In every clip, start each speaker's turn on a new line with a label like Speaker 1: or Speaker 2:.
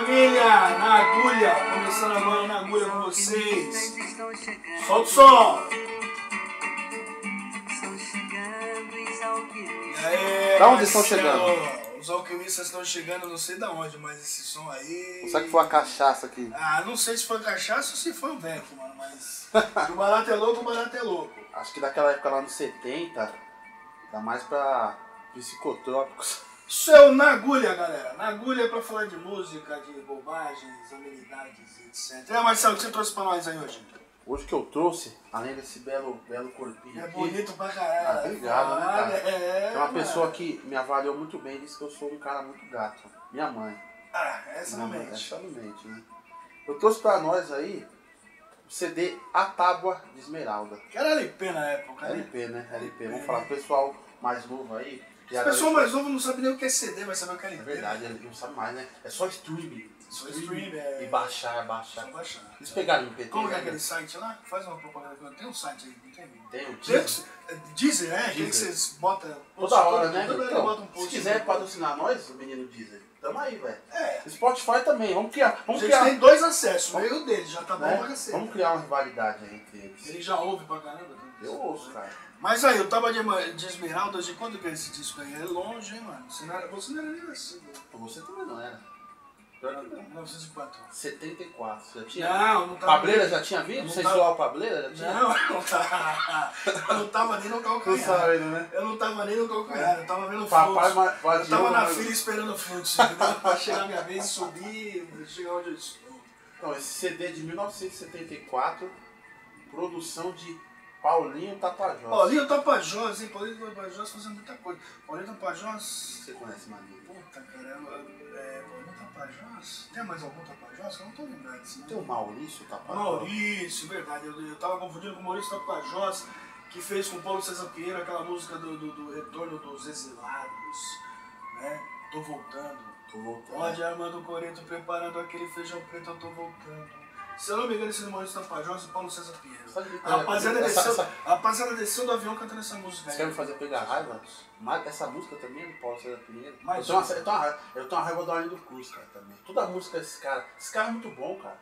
Speaker 1: na agulha, começando a manhã na agulha com vocês. Solta o som. E aí,
Speaker 2: Da onde estão
Speaker 1: Marcelo?
Speaker 2: chegando?
Speaker 1: Os alquimistas estão chegando, não sei da onde, mas esse som aí.
Speaker 2: Será que foi uma cachaça aqui?
Speaker 1: Ah, não sei se foi cachaça ou se foi um beco, mano, mas. o barato é louco, o barato é louco.
Speaker 2: Acho que daquela época lá nos 70, dá mais pra psicotrópicos.
Speaker 1: Isso é o Na Agulha, galera. Na Agulha é pra falar de música, de bobagens, amenidades, etc. É, Marcelo, o que você trouxe pra nós aí hoje?
Speaker 2: Hoje o que eu trouxe, além desse belo, belo corpinho
Speaker 1: É
Speaker 2: aqui,
Speaker 1: bonito pra caralho.
Speaker 2: Ah, obrigado, né, cara?
Speaker 1: Olha, É,
Speaker 2: tem uma
Speaker 1: mano.
Speaker 2: pessoa que me avaliou muito bem, disse que eu sou um cara muito gato. Minha mãe.
Speaker 1: Ah, essa não
Speaker 2: Minha mãe,
Speaker 1: mente.
Speaker 2: essa não mente, né? Eu trouxe pra nós aí o CD A Tábua de Esmeralda.
Speaker 1: Que era LP na época, né?
Speaker 2: LP, né? LP. Vamos falar pro pessoal mais novo aí.
Speaker 1: As pessoas mais novas não sabem nem o que é CD, vai saber o que é
Speaker 2: É
Speaker 1: LP.
Speaker 2: verdade, ele não sabe mais, né? É só streaming.
Speaker 1: Só streaming, é.
Speaker 2: E baixar,
Speaker 1: Só
Speaker 2: baixar.
Speaker 1: baixar.
Speaker 2: Eles pegaram o PT.
Speaker 1: Como que é
Speaker 2: né?
Speaker 1: aquele site lá? Faz uma propaganda. Tem um site aí, não tem? um
Speaker 2: Tem um o
Speaker 1: Tem
Speaker 2: Disney.
Speaker 1: que- Deezer, é? Aquele que
Speaker 2: Deezer.
Speaker 1: vocês botam...
Speaker 2: Toda hora, né?
Speaker 1: Toda hora
Speaker 2: Então,
Speaker 1: bota um post.
Speaker 2: se quiser patrocinar nós, o menino Deezer, tamo aí, velho.
Speaker 1: É.
Speaker 2: Spotify também, vamos criar.
Speaker 1: A
Speaker 2: Vamos
Speaker 1: gente
Speaker 2: criar, um-
Speaker 1: tem dois acessos. O meio dele já tá bom
Speaker 2: né?
Speaker 1: pra cacete.
Speaker 2: vamos criar uma rivalidade aí entre eles.
Speaker 1: Ele já ouve pra caramba. né?
Speaker 2: Eu ouço, cara.
Speaker 1: Mas aí, o Taba de, Ema- de Esmeralda, de quando que é esse disco aí? É longe, hein, mano? Você não era, você não era nem assim, né? nascido.
Speaker 2: Pô, Você também não era. Pior que não.
Speaker 1: 1904.
Speaker 2: 74. Já tinha.
Speaker 1: Não, não tava.
Speaker 2: Pableira já tinha vindo?
Speaker 1: Não
Speaker 2: Você
Speaker 1: tava-
Speaker 2: lá o Pableira? Já tinha?
Speaker 1: Não, eu não tava. Eu não tava nem no
Speaker 2: Não
Speaker 1: calcanhar.
Speaker 2: sabe, né?
Speaker 1: Eu não tava nem no calcanhar, eu tava vendo o
Speaker 2: Papai
Speaker 1: fluxo. Eu
Speaker 2: invadiu.
Speaker 1: tava na
Speaker 2: mas-
Speaker 1: fila esperando o fluxo, entendeu? pra chegar a minha vez, subir, chegar onde eu estou.
Speaker 2: Então, esse CD de 1974, produção de Paulinho Tapajós.
Speaker 1: Paulinho Tapajós, hein? Paulinho Tapajós fazendo muita coisa. Paulinho Tapajós.
Speaker 2: Você conhece, Maninho?
Speaker 1: Puta caramba, é, Paulinho Tapajós? Tem mais algum Tapajós? Eu não tô lembrado desse nome.
Speaker 2: Tem um o Maurício Tapajós.
Speaker 1: Maurício, verdade, eu, eu tava confundindo com o Maurício Tapajós, que fez com o Paulo César Pinheiro aquela música do, do- do Retorno dos Exilados, né? Tô voltando.
Speaker 2: Tô voltando.
Speaker 1: Pode Armando Corinto preparando aquele feijão preto, eu tô voltando. Se eu não me engano, esse é do Maurício Tapajós e Paulo César Pinheiro.
Speaker 2: Sabe que- tá-
Speaker 1: A rapaziada
Speaker 2: essa-
Speaker 1: desceu,
Speaker 2: essa-
Speaker 1: a rapaziada desceu do avião cantando essa música.
Speaker 2: Vocês
Speaker 1: aí.
Speaker 2: querem me fazer pegar raiva? Mas Essa música também é do Paulo César Pinheiro.
Speaker 1: Mais
Speaker 2: eu, tenho
Speaker 1: uma.
Speaker 2: uma, eu, tenho uma raiva, eu tenho uma raiva do Arlindo Cruz, cara, também. Toda a música desse cara. Esse cara é muito bom, cara.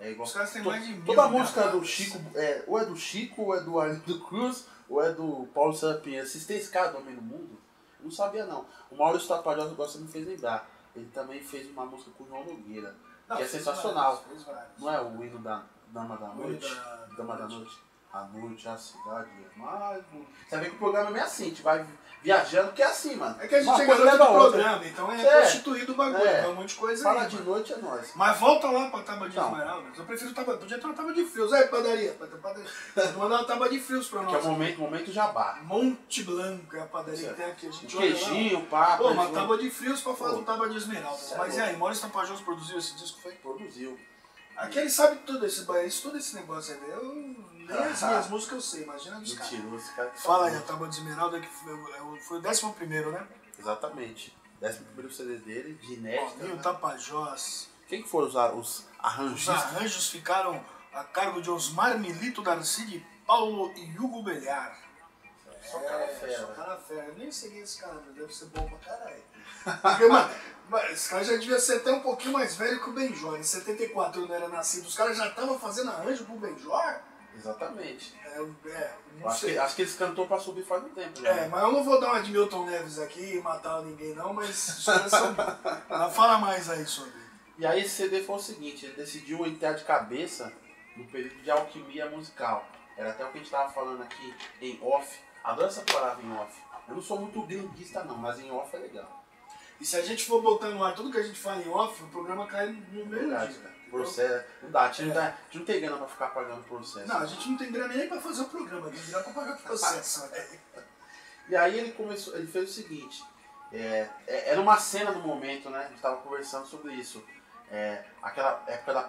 Speaker 2: É igual.
Speaker 1: Os caras têm
Speaker 2: to-
Speaker 1: mais de mil.
Speaker 2: Toda a música do
Speaker 1: gravadas.
Speaker 2: Chico, é, ou é do Chico, ou é do Arlindo Cruz, ou é do Paulo César Pinheiro. Esses três caras dominam o mundo, eu não sabia não. O Maurício Tapajós agora você me fez lembrar. Ele também fez uma música com o João Nogueira.
Speaker 1: Não,
Speaker 2: que é
Speaker 1: fez
Speaker 2: sensacional.
Speaker 1: vários, fez vários.
Speaker 2: Não é o hino da Dama da
Speaker 1: O hino
Speaker 2: Noite?
Speaker 1: da-
Speaker 2: Dama da Noite. A noite, a cidade é mais bonita. Você vê que o programa é meio assim, a gente vai viajando, que é assim, mano.
Speaker 1: É que a gente
Speaker 2: Uma
Speaker 1: é
Speaker 2: coisa
Speaker 1: garoto
Speaker 2: leva
Speaker 1: de
Speaker 2: a outra.
Speaker 1: programa, então é,
Speaker 2: É.
Speaker 1: constituído o bagulho,
Speaker 2: É.
Speaker 1: é. um monte de coisa
Speaker 2: Fala
Speaker 1: aí.
Speaker 2: de
Speaker 1: mano.
Speaker 2: noite é nós.
Speaker 1: Mas volta lá pra tábua de
Speaker 2: Então.
Speaker 1: esmeraldas. Eu prefiro tábua, podia ter uma tábua de frios. Aí, padaria, pad- padaria. Mandar uma tábua de frios pra
Speaker 2: Que é o
Speaker 1: nós.
Speaker 2: momento, momento jabá.
Speaker 1: Monte Blanco é a padaria
Speaker 2: Certo.
Speaker 1: que tem aqui. A gente olha lá.
Speaker 2: Queijinho, um papo.
Speaker 1: Pô, tá uma
Speaker 2: isso-
Speaker 1: tábua de frios pra falar
Speaker 2: Pô.
Speaker 1: do tábua de esmeralda.
Speaker 2: Cê é
Speaker 1: Mas e
Speaker 2: louco.
Speaker 1: aí, Maurício Tapajós produziu esse disco, foi?
Speaker 2: Produziu.
Speaker 1: Aqui ele sabe tudo esse, ba- isso, todo esse negócio aí. né? Eu, nem as
Speaker 2: Ah.
Speaker 1: minhas músicas eu sei, imagina dos caras.
Speaker 2: Mentiroso, cara.
Speaker 1: Fala aí, a tábua de esmeralda que foi, foi o décimo primeiro, né?
Speaker 2: Exatamente. Décimo primeiro CD dele, de inédita.
Speaker 1: Paulinho
Speaker 2: né?
Speaker 1: Tapajós.
Speaker 2: Quem que foram os, a- os
Speaker 1: Os
Speaker 2: arranjistas?
Speaker 1: arranjos ficaram a cargo de Osmar Milito Darcide, Paulo e Hugo Belhar.
Speaker 2: Só É, cara
Speaker 1: Só
Speaker 2: fera.
Speaker 1: cara é fera. Eu nem segui esse cara, mas deve ser bom pra caralho. Porque, mano, mas esse cara já devia ser até um pouquinho mais velho que o Benjor. Em 74 eu não era nascido. Os caras já estavam fazendo arranjo pro Benjor?
Speaker 2: Exatamente.
Speaker 1: É, é, não
Speaker 2: Acho
Speaker 1: sei.
Speaker 2: que, acho que eles cantou pra subir faz um tempo. já,
Speaker 1: É, mas eu não vou dar uma de Milton Neves aqui e matar ninguém não, mas os caras são... Mas Fala mais aí sobre.
Speaker 2: E aí esse CD foi o seguinte, ele decidiu entrar de cabeça no período de alquimia musical. Era até o que a gente estava falando aqui em off. Adoro essa palavra em off. Eu não sou muito gringuista não, mas em off é legal.
Speaker 1: E se a gente for botando no ar tudo que a gente fala em off, o programa cai no meio
Speaker 2: Verdade,
Speaker 1: dia.
Speaker 2: cara.
Speaker 1: entendeu?
Speaker 2: Processo. Não dá, a gente, não dá- a gente não tem grana pra ficar pagando processo.
Speaker 1: É. Não, a gente não tem grana nem pra fazer o programa, tem grana pra pagar o processo. né?
Speaker 2: E aí ele começou, ele fez o seguinte, é, é- era uma cena no momento, né? A gente tava conversando sobre isso. É, aquela época da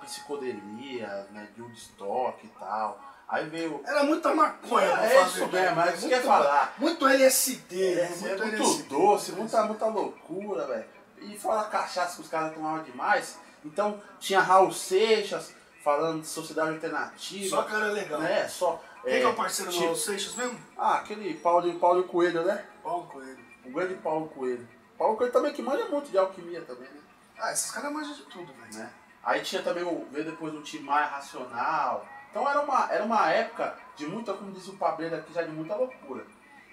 Speaker 2: psicodelia, né? De Woodstock e tal. Aí veio.
Speaker 1: Era muita maconha pra
Speaker 2: é
Speaker 1: fazer.
Speaker 2: isso mesmo, é isso que eu ia
Speaker 1: Muito-
Speaker 2: falar.
Speaker 1: Muito LSD,
Speaker 2: É,
Speaker 1: né?
Speaker 2: é muito doce, muita, muita loucura, velho. E fora a cachaça que os caras tomavam demais. Então tinha Raul Seixas falando de sociedade
Speaker 1: Só
Speaker 2: alternativa.
Speaker 1: cara legal.
Speaker 2: né? Só.
Speaker 1: Quem que é o
Speaker 2: é,
Speaker 1: parceiro do
Speaker 2: tipo-
Speaker 1: Raul Seixas mesmo?
Speaker 2: ah, aquele Paulo, Paulo Coelho, né?
Speaker 1: Paulo Coelho.
Speaker 2: O Um grande Paulo Coelho. Paulo Coelho também que manja muito de alquimia também, né?
Speaker 1: Ah, esses caras manjam de tudo, velho.
Speaker 2: né? Aí tinha também o. Veio depois o Tim Maia Racional. Então era uma, era uma época de muita, como diz o Pabreiro aqui, já de muita loucura.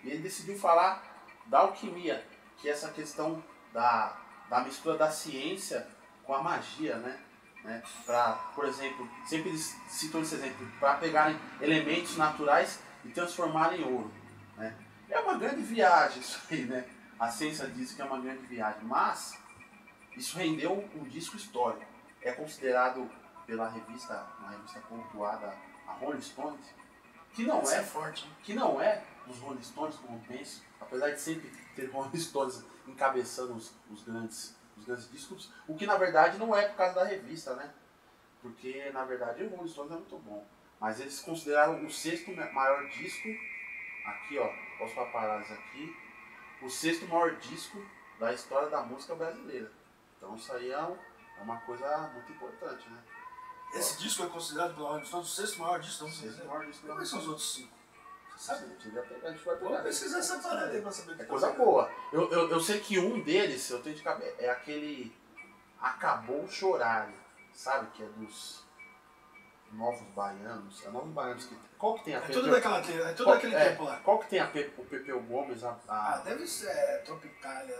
Speaker 2: E ele decidiu falar da alquimia, que é essa questão da, da mistura da ciência com a magia, né? né? Para, por exemplo, sempre ele citou esse exemplo, para pegarem elementos naturais e transformarem em ouro. Né? É uma grande viagem isso aí, né? A ciência diz que é uma grande viagem, mas isso rendeu um disco histórico. É considerado pela revista, uma revista pontuada, a Rolling Stones, que não
Speaker 1: Isso
Speaker 2: é
Speaker 1: forte.
Speaker 2: que não é dos Rolling Stones, como eu penso, apesar de sempre ter Rolling Stones encabeçando os, os grandes, os grandes discos, o que na verdade não é por causa da revista, né? Porque na verdade o Rolling Stones é muito bom. Mas eles consideraram o sexto ma- maior disco, aqui ó, os paparazzi aqui, o sexto maior disco da história da música brasileira. Então isso aí é, um- é uma coisa muito importante, né?
Speaker 1: Esse disco é considerado pela Rolling Stones o sexto maior disco então, né? da
Speaker 2: O
Speaker 1: música brasileira.
Speaker 2: sexto maior disco da
Speaker 1: Quais
Speaker 2: música.
Speaker 1: é são os outros cinco?
Speaker 2: Sabe, a gente vai pegar- a gente vai
Speaker 1: Vamos
Speaker 2: pegar.
Speaker 1: pesquisar essa parada aí pra saber o que tá
Speaker 2: É coisa boa. Eu, eu, eu sei que um deles, eu tenho de cabeça, é aquele Acabou Chorar, sabe? Que é dos Novos Baianos. É Novos Baianos que Qual que tem a
Speaker 1: É
Speaker 2: Pepe-
Speaker 1: tudo daquela que- é tudo
Speaker 2: qual-
Speaker 1: daquele
Speaker 2: né? é,
Speaker 1: tempo lá.
Speaker 2: Qual que tem a Pepe- o Pepeu Gomes? A, a-
Speaker 1: Ah, deve ser é, Tropicália,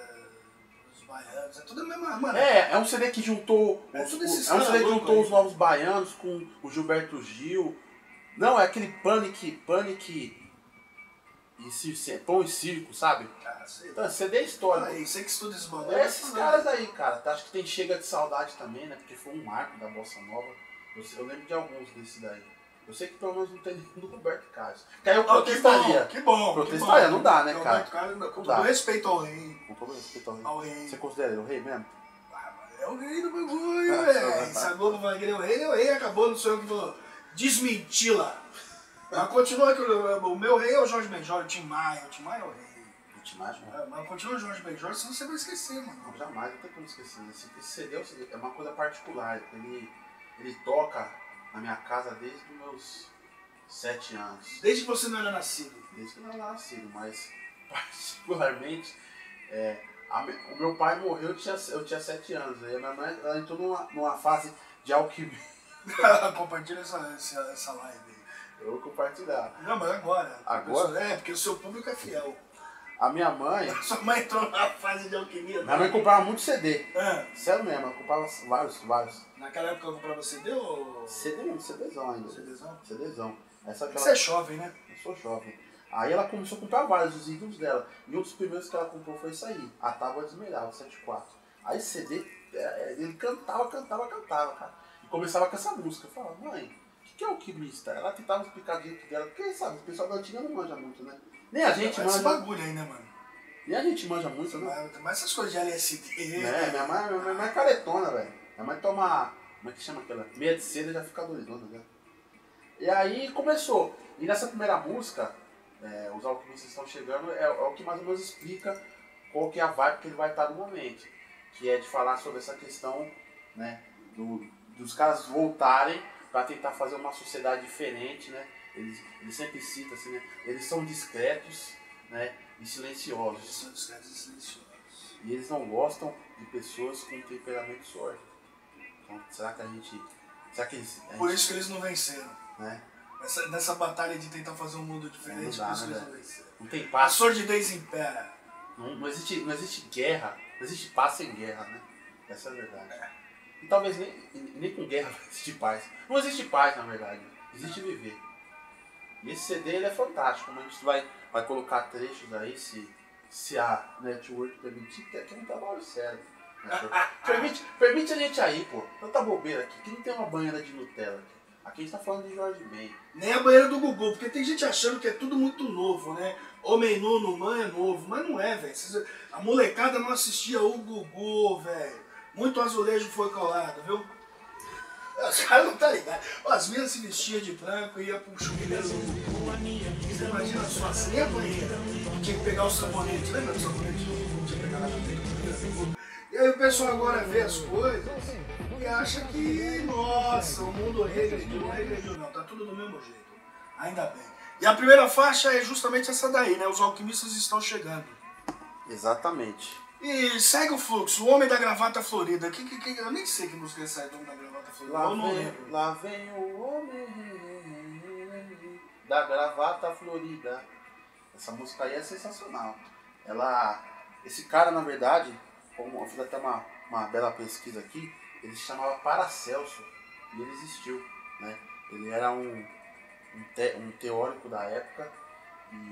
Speaker 1: os baianos, é tudo a mesma. Mano,
Speaker 2: É, é um CD que juntou.
Speaker 1: É
Speaker 2: os-
Speaker 1: tudo
Speaker 2: o-
Speaker 1: esses
Speaker 2: é um
Speaker 1: caras
Speaker 2: CD que
Speaker 1: loucos
Speaker 2: juntou
Speaker 1: aí.
Speaker 2: os novos baianos com o Gilberto Gil. Não, é aquele Panic, Panic e Cir- Pão e Circo, sabe?
Speaker 1: cara, sei lá.
Speaker 2: Então, é CD histórico.
Speaker 1: Aí, você que estuda esse bagulho.
Speaker 2: É esses
Speaker 1: tá
Speaker 2: caras aí, cara. Tá, Acho que tem Chega de Saudade também, né? Porque foi um marco da Bossa Nova. Eu, sei- eu lembro de alguns desses daí. Eu sei que pelo menos não tem nenhum do Roberto Carlos. Que aí eu
Speaker 1: falando. Ah, que bom,
Speaker 2: protestaria.
Speaker 1: que bom.
Speaker 2: Protestaria,
Speaker 1: que bom.
Speaker 2: não dá, né,
Speaker 1: Então,
Speaker 2: cara?
Speaker 1: Roberto Carlos, com
Speaker 2: Não
Speaker 1: todo
Speaker 2: dá.
Speaker 1: respeito ao rei,
Speaker 2: Com todo respeito ao rei.
Speaker 1: ao rei.
Speaker 2: Você considera ele o rei mesmo?
Speaker 1: Ah, mano, É o rei do bagulho,
Speaker 2: Ah,
Speaker 1: velho.
Speaker 2: tá.
Speaker 1: Se a Globo vai querer o rei, ele é o rei. Acabou, não sou eu que vou desmenti-la. Mas continua que o, o meu rei é o Jorge Benjor, o Tim Maia. O Tim Maia é o rei.
Speaker 2: Não te imagino.
Speaker 1: É, Mas continua o Jorge Benjor, senão você vai esquecer, mano.
Speaker 2: Não, jamais, não tem como esquecer. Esse, esse CD é um- é uma coisa particular. Ele, ele toca na minha casa desde os meus sete anos.
Speaker 1: Desde que você não era nascido.
Speaker 2: desde que eu era nascido, mas particularmente é, a me- o meu pai morreu, eu tinha, eu tinha 7 anos, aí a minha mãe ela entrou numa, numa fase de alquimia.
Speaker 1: Compartilha essa, essa, essa live aí.
Speaker 2: Eu vou compartilhar.
Speaker 1: Não, mas agora.
Speaker 2: Agora?
Speaker 1: É, porque o seu público é fiel.
Speaker 2: A minha mãe,
Speaker 1: Sua mãe entrou na fase de alquimia.
Speaker 2: minha
Speaker 1: né?
Speaker 2: mãe comprava muito CD.
Speaker 1: Ah,
Speaker 2: Sério mesmo, ela comprava vários, vários.
Speaker 1: naquela época eu comprava CD ou.
Speaker 2: CD mesmo, CDzão ainda.
Speaker 1: CDzão?
Speaker 2: CDzão. Essa que
Speaker 1: Você
Speaker 2: ela,
Speaker 1: é jovem, né?
Speaker 2: eu sou jovem. Aí ela começou a comprar vários, os ídolos dela. E um dos primeiros que ela comprou foi isso aí, a Tábua de Esmeralda, 74. Aí esse CD, é, é, ele cantava, cantava, cantava, cara. E começava com essa música. Eu falava, mãe, o que, que é alquimista? Ela tentava explicar do jeito dela, porque sabe, o pessoal da antiga não manja muito, né? Nem a gente
Speaker 1: Mas esse
Speaker 2: manja.
Speaker 1: bagulho aí, né, mano?
Speaker 2: Nem a gente manja muito, né?
Speaker 1: Mas, mas essas coisas de LSD.
Speaker 2: É, minha mãe, minha mãe é caretona, velho. Minha mãe toma. Como é que chama aquela? Meia de seda já fica doidona, né? E aí começou. E nessa primeira música, é, os alquimistas estão chegando, é, é o que mais ou menos explica qual que é a vibe que ele vai estar no momento. Que é de falar sobre essa questão, né? do- dos caras voltarem para tentar fazer uma sociedade diferente, né? Eles, eles sempre citam assim, né? Eles são discretos, né? E silenciosos.
Speaker 1: São os caras silenciosos.
Speaker 2: E eles não gostam de pessoas com temperamento sórdido. Então, será que a gente. Será que eles. a
Speaker 1: Por
Speaker 2: gente-
Speaker 1: isso que eles não venceram.
Speaker 2: Né?
Speaker 1: Essa, nessa batalha de tentar fazer um mundo diferente,
Speaker 2: Não dá,
Speaker 1: por isso que
Speaker 2: né,
Speaker 1: eles não
Speaker 2: velho?
Speaker 1: venceram.
Speaker 2: Não tem
Speaker 1: A
Speaker 2: paz.
Speaker 1: sordidez impera.
Speaker 2: Não, não existe, não existe guerra. Não existe paz sem guerra, né? Essa é a verdade. E talvez nem, nem com guerra vai existir paz. Não existe paz, na verdade. Existe viver. E esse CD ele é fantástico. Mas a gente vai, vai colocar trechos aí, se, se a network permitir, porque aqui não tá trabalho sério. né? Permite, permite a gente aí, pô. Tanta bobeira aqui, que não tem uma banheira de Nutella aqui. Aqui a gente tá falando de Jorge Ben.
Speaker 1: Nem a banheira do Gugu, porque tem gente achando que é tudo muito novo, né? Homem nu, man é novo, mas não é, velho. Vocês- A molecada não assistia o Gugu, velho. Muito azulejo foi colado, viu? Os caras não tá ligado. As minhas se vestiam de branco e ia pro chuveiro do Gugu. Você imagina só, assim, nem a banheira. Tinha que pegar o sabonete, lembra do sabonete do Gugu? Tinha que pegar na banheira do Gugu. E aí o pessoal agora vê as coisas e acha que, nossa, o mundo regrediu. Não regrediu não, tá tudo do mesmo jeito. Ainda bem. E a primeira faixa é justamente essa daí, né? Os alquimistas estão chegando.
Speaker 2: Exatamente.
Speaker 1: E segue o fluxo, o Homem da Gravata Florida. Que, que, que- eu nem sei que música é essa aí do Homem da Gravata Florida.
Speaker 2: Lá
Speaker 1: eu não
Speaker 2: vem,
Speaker 1: lembro.
Speaker 2: lá vem o homem da gravata florida. Essa música aí é sensacional. Ela. Esse cara, na verdade, como eu fiz até uma, uma bela pesquisa aqui, ele se chamava Paracelso. E ele existiu. Né? Ele era um, um, te- um teórico da época e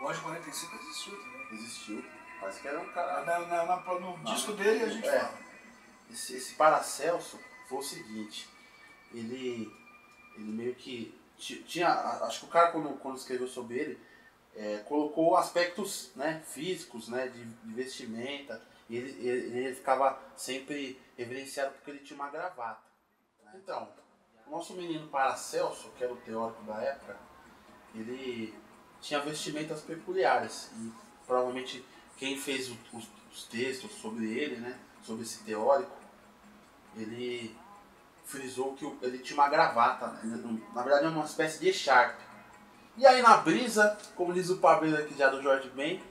Speaker 1: O Ódio 45 existiu também.
Speaker 2: existiu. Mas que era um cara.
Speaker 1: Na, na, na- no disco dele a gente
Speaker 2: É.
Speaker 1: fala.
Speaker 2: esse, esse Paracelso foi o seguinte, ele, ele meio que ti- tinha, a- acho que o cara quando, quando escreveu sobre ele, é, colocou aspectos né, físicos, né, de, de vestimenta, e ele, ele, ele ficava sempre reverenciado porque ele tinha uma gravata. né? Então, o nosso menino Paracelso, que era o teórico da época, ele tinha vestimentas peculiares e provavelmente quem fez o- os, os textos sobre ele, né, sobre esse teórico, ele frisou que o- ele tinha uma gravata, né, um- na verdade é uma espécie de echarpe. E aí na brisa, como diz o Pablo aqui já do George Ben,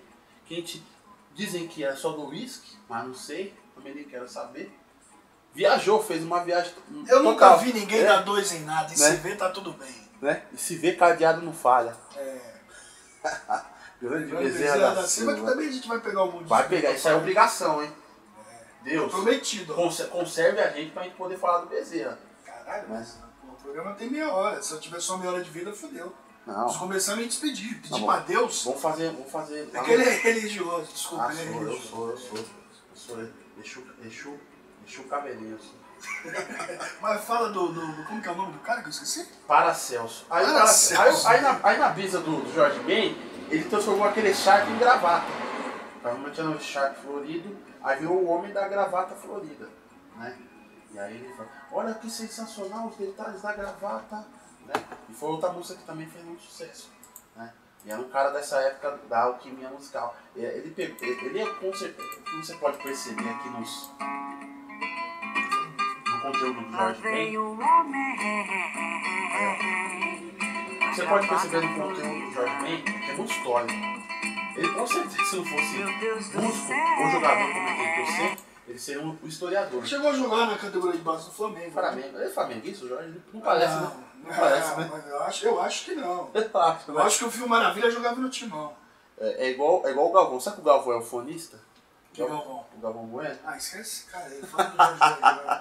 Speaker 2: que a gente dizem que era só do uísque, mas não sei, também nem quero saber. Viajou, fez uma viagem.
Speaker 1: Eu nunca
Speaker 2: total,
Speaker 1: vi ninguém
Speaker 2: É.
Speaker 1: dar dois em nada. E
Speaker 2: Né?
Speaker 1: se vê, tá tudo bem.
Speaker 2: né? E se vê cadeado não falha.
Speaker 1: É.
Speaker 2: Grande
Speaker 1: Bezerra da Silva, que também a gente vai pegar o mundo
Speaker 2: Vai pegar, isso é obrigação, hein?
Speaker 1: É.
Speaker 2: Deus,
Speaker 1: Prometido. ó.
Speaker 2: conse- conserve a gente pra gente poder falar do Bezerra.
Speaker 1: Caralho,
Speaker 2: Mas-
Speaker 1: pô, o programa tem meia hora. Se eu tiver só meia hora de vida, fodeu. Nós
Speaker 2: Não, Tá
Speaker 1: começamos a me despedir. Pedir
Speaker 2: bom.
Speaker 1: pra Deus.
Speaker 2: vamos fazer, vamos fazer.
Speaker 1: É que ele é religioso, desculpa.
Speaker 2: Ah,
Speaker 1: ele é
Speaker 2: sou, eu
Speaker 1: religioso.
Speaker 2: sou, eu sou. Eu sou, eu- deixa, o- deixa, o- deixa o cabelinho assim.
Speaker 1: Mas fala do, do, do- Como que é o nome do cara que eu esqueci?
Speaker 2: Paracelso. Aí,
Speaker 1: Para
Speaker 2: cara,
Speaker 1: Celso.
Speaker 2: aí- aí na, aí na brisa do, do Jorge Ben, ele transformou aquele echarpe em gravata. Provavelmente era um echarpe florido, aí virou o homem da gravata florida. Né? E aí ele fala, olha que sensacional os detalhes da gravata. Né? E foi outra música que também fez muito sucesso. Né? E era um cara dessa época da alquimia musical. E Ele, pe- ele, ele é com certeza, como você pode perceber aqui nos, no conteúdo do
Speaker 3: Lá
Speaker 2: Jorge Ben,
Speaker 3: vem o homem.
Speaker 2: Você pode perceber no conteúdo do Jorge Ben que é muito história. Ele com certeza, se não fosse
Speaker 3: Meu Deus do
Speaker 2: músico
Speaker 3: céu.
Speaker 2: ou jogador como ele tem que ser, ele seria um historiador.
Speaker 1: Chegou a jogar na categoria de base do Flamengo. né?
Speaker 2: Flamengo. Ele é flamenguista, o Jorge? Não parece,
Speaker 1: Ah,
Speaker 2: não. Não parece,
Speaker 1: ah,
Speaker 2: né?
Speaker 1: mas eu acho, eu acho que não.
Speaker 2: Eu acho,
Speaker 1: Eu
Speaker 2: né?
Speaker 1: acho que o Fio Maravilha jogava no Timão.
Speaker 2: É, é igual, é igual o Galvão. Sabe que o Galvão é o fonista? Tá
Speaker 1: Que Galvão?
Speaker 2: O Galvão Bueno?
Speaker 1: Ah, esquece, cara. Ele fala do Jorge Ben, né?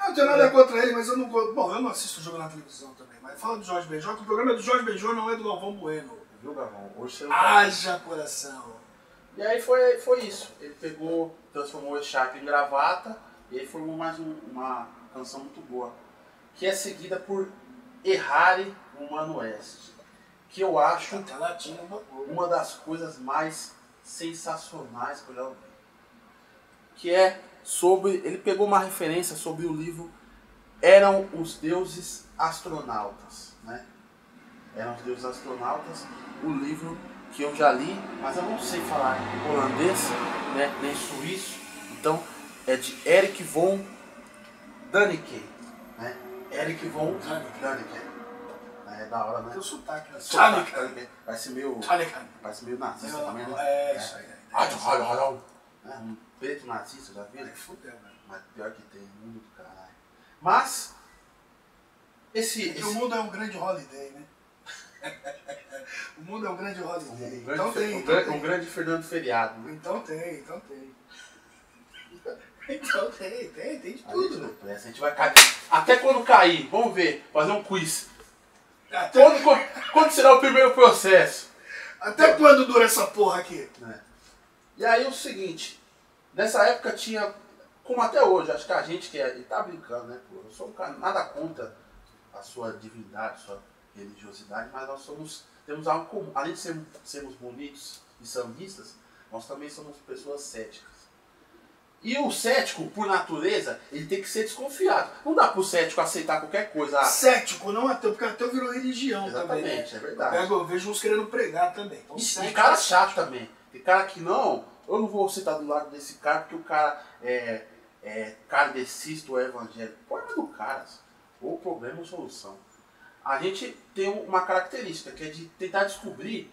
Speaker 1: Eu não tenho
Speaker 2: É.
Speaker 1: nada contra ele, mas eu não gosto. Bom, eu não assisto jogo na televisão também, mas fala do Jorge Benjó, que o programa é do Jorge Benjó, não é do Galvão Bueno.
Speaker 2: Viu, Galvão? Hoje você não tá-
Speaker 1: Haja coração.
Speaker 2: E aí foi, foi isso. Ele pegou, transformou o Echarpe em gravata e aí formou mais um- uma canção muito boa. Que é seguida por Errare Humano Oeste. Que eu acho
Speaker 1: Até latina, uma boa.
Speaker 2: uma das coisas mais sensacionais que eu já ouvi. Que é sobre. Ele pegou uma referência sobre o livro Eram os Deuses Astronautas. Né? Eram os Deuses Astronautas, o livro que eu já li, mas eu não sei falar holandês, né? nem suíço. Então é de Eric von Däniken. Né? Eric von
Speaker 1: Däniken.
Speaker 2: Däniken. É da hora,
Speaker 1: Tem
Speaker 2: né?
Speaker 1: o sotaque, né? Tchanica.
Speaker 2: Däniken. Parece meio.
Speaker 1: Tchanica.
Speaker 2: Parece meio nazista também, né?
Speaker 1: É, isso aí.
Speaker 2: Olha, olha, olha. É, um preto nazista, já viu?
Speaker 1: Aí fudeu, né?
Speaker 2: Mas pior que tem, mundo do caralho. Mas, esse...
Speaker 1: É que o
Speaker 2: esse
Speaker 1: mundo é um grande holiday, né? o mundo é um grande holiday.
Speaker 2: um, grande,
Speaker 1: então,
Speaker 2: fe-
Speaker 1: tem,
Speaker 2: um,
Speaker 1: então,
Speaker 2: grande, um
Speaker 1: tem.
Speaker 2: grande Fernando Feriado, né?
Speaker 1: então tem, então tem. Então tem, tem, tem de
Speaker 2: A gente
Speaker 1: tudo. né?
Speaker 2: não presta, a gente vai cair. Até quando cair, vamos ver, fazer um quiz.
Speaker 1: Até,
Speaker 2: Quando, quando, quando será o primeiro processo?
Speaker 1: até quando dura essa porra aqui?
Speaker 2: né? E aí o seguinte, nessa época tinha, como até hoje, acho que a gente que é, e tá brincando, né? Pô, eu sou um cara, nada contra a sua divindade, sua religiosidade, mas nós somos, temos algo comum. Além de sermos, sermos bonitos e sambistas, nós também somos pessoas céticas. E o cético, por natureza, ele tem que ser desconfiado. Não dá pro cético aceitar qualquer
Speaker 1: Tá.
Speaker 2: coisa. Ah,
Speaker 1: Cético, não ateu, porque ateu virou religião também. né?
Speaker 2: Exatamente, é
Speaker 1: Eu,
Speaker 2: verdade.
Speaker 1: pego, eu vejo uns querendo pregar também. Então,
Speaker 2: E, e
Speaker 1: cético-
Speaker 2: cara chato também. Tem cara que não, eu não vou sentar do lado desse cara porque o cara é, é kardecista ou é evangélico. Problema do cara. Ou problema ou solução. A gente tem um, uma característica que é de tentar descobrir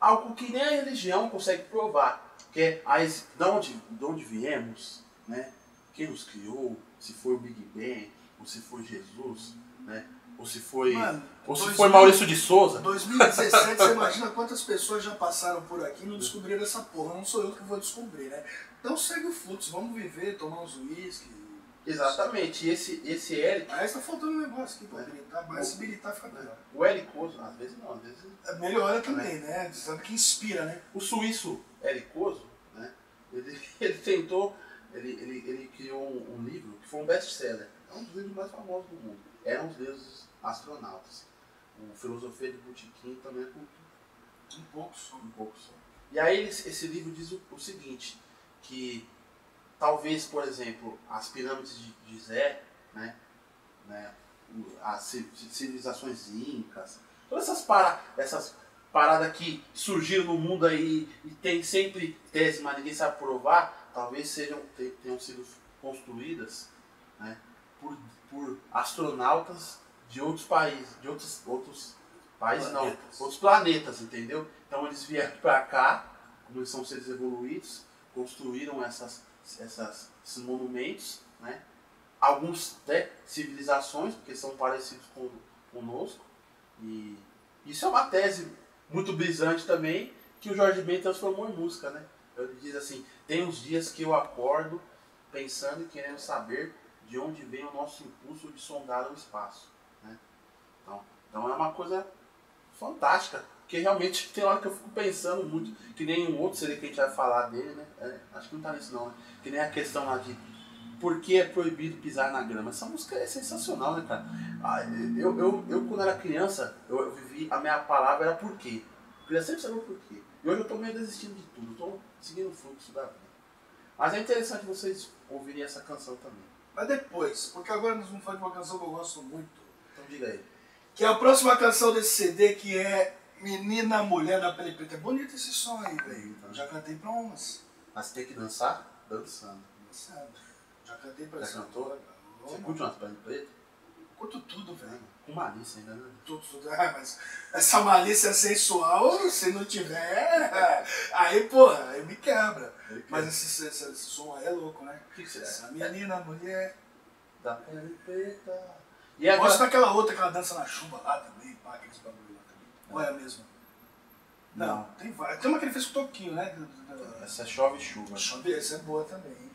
Speaker 2: algo que nem a religião consegue provar. Porque aí, de onde, de onde viemos, né? Quem nos criou, se foi o Big Bang, ou se foi Jesus, né? Ou se foi.
Speaker 1: Mano,
Speaker 2: ou se
Speaker 1: 2000
Speaker 2: foi Maurício de Souza.
Speaker 1: 2017, você imagina quantas pessoas já passaram por aqui e não descobriram essa porra. Não sou eu que vou descobrir, né? Então segue o fluxo, vamos viver, tomar uns uísque.
Speaker 2: Exatamente. E esse, esse Eric,
Speaker 1: Mas tá faltando um negócio aqui pra habilitar, mas se habilitar fica melhor. É,
Speaker 2: o Ericoso, às vezes não, às vezes
Speaker 1: Melhora também, né? Você sabe que inspira, né?
Speaker 2: O suíço Ericoso, né? Ele, ele tentou, ele, ele, ele criou um, um livro que foi um best-seller. É um dos livros mais famosos do mundo. Eram os deuses astronautas. O Filosofia de Botequim também é cultura,
Speaker 1: Um pouco só.
Speaker 2: um pouco só. E aí ele- esse livro diz o, o seguinte, que talvez, por exemplo, as pirâmides de, de Zé, né? né? o- As ci- ci- civilizações incas, todas essas, para, essas parada que surgiram no mundo aí e tem sempre tese, mas ninguém sabe provar, talvez sejam, te- tenham sido construídas né, por, por astronautas de outros países, de outros, outros países
Speaker 1: Planetas.
Speaker 2: não, outros planetas, entendeu? Então eles vieram para cá, como eles são seres evoluídos, construíram essas, essas, esses monumentos, né? alguns até civilizações, porque são parecidos com, conosco, e isso é uma tese muito brisante também, que o Jorge Ben transformou em música, né? Ele diz assim, tem uns dias que eu acordo pensando e querendo saber de onde vem o nosso impulso de sondar o espaço, né? Então, então é uma coisa fantástica, porque realmente tem hora que eu fico pensando muito, que nem um outro CD que a gente vai falar dele, né? É, acho que não tá nisso não, né? Que nem a questão lá de por que é proibido pisar na grama. Essa música é sensacional, né, cara? Ah, eu, eu, eu, quando era criança, eu, eu vivi, a minha palavra era por quê. Eu queria sempre saber o porquê. E hoje eu tô meio desistindo de tudo, tô seguindo o fluxo da vida. Mas é interessante vocês ouvirem essa canção também.
Speaker 1: Mas depois, porque agora nós vamos falar de uma canção que eu gosto muito.
Speaker 2: Então diga aí.
Speaker 1: Que é a próxima canção desse CD, que é Menina Mulher da Pele Preta. É bonito esse som aí, velho. Eu Já cantei pra umas.
Speaker 2: Mas tem que dançar dançando.
Speaker 1: Não sabe. Já cantei pra
Speaker 2: Já
Speaker 1: essa
Speaker 2: cantou?
Speaker 1: porra, não.
Speaker 2: Você curte umas pernas pretas?
Speaker 1: Conto tudo, velho.
Speaker 2: Com malícia ainda, né?
Speaker 1: Tudo, tudo. Ah, mas essa malícia é sensual, se não tiver, aí, porra, aí me quebra. Mas
Speaker 2: Mas
Speaker 1: esse, esse, esse som aí é louco, né?
Speaker 2: o que, que você acha?
Speaker 1: Essa menina, mulher.
Speaker 2: Da pele preta. E agora.
Speaker 1: Gosto daquela outra que ela dança na chuva lá também, pá, aqueles bagulho lá também. Ou é a mesma? Não, tem várias. Tem uma que ele fez com o Toquinho, né? Do- do- do-
Speaker 2: Essa é chove e chuva.
Speaker 1: Deixa eu ver, essa é boa também.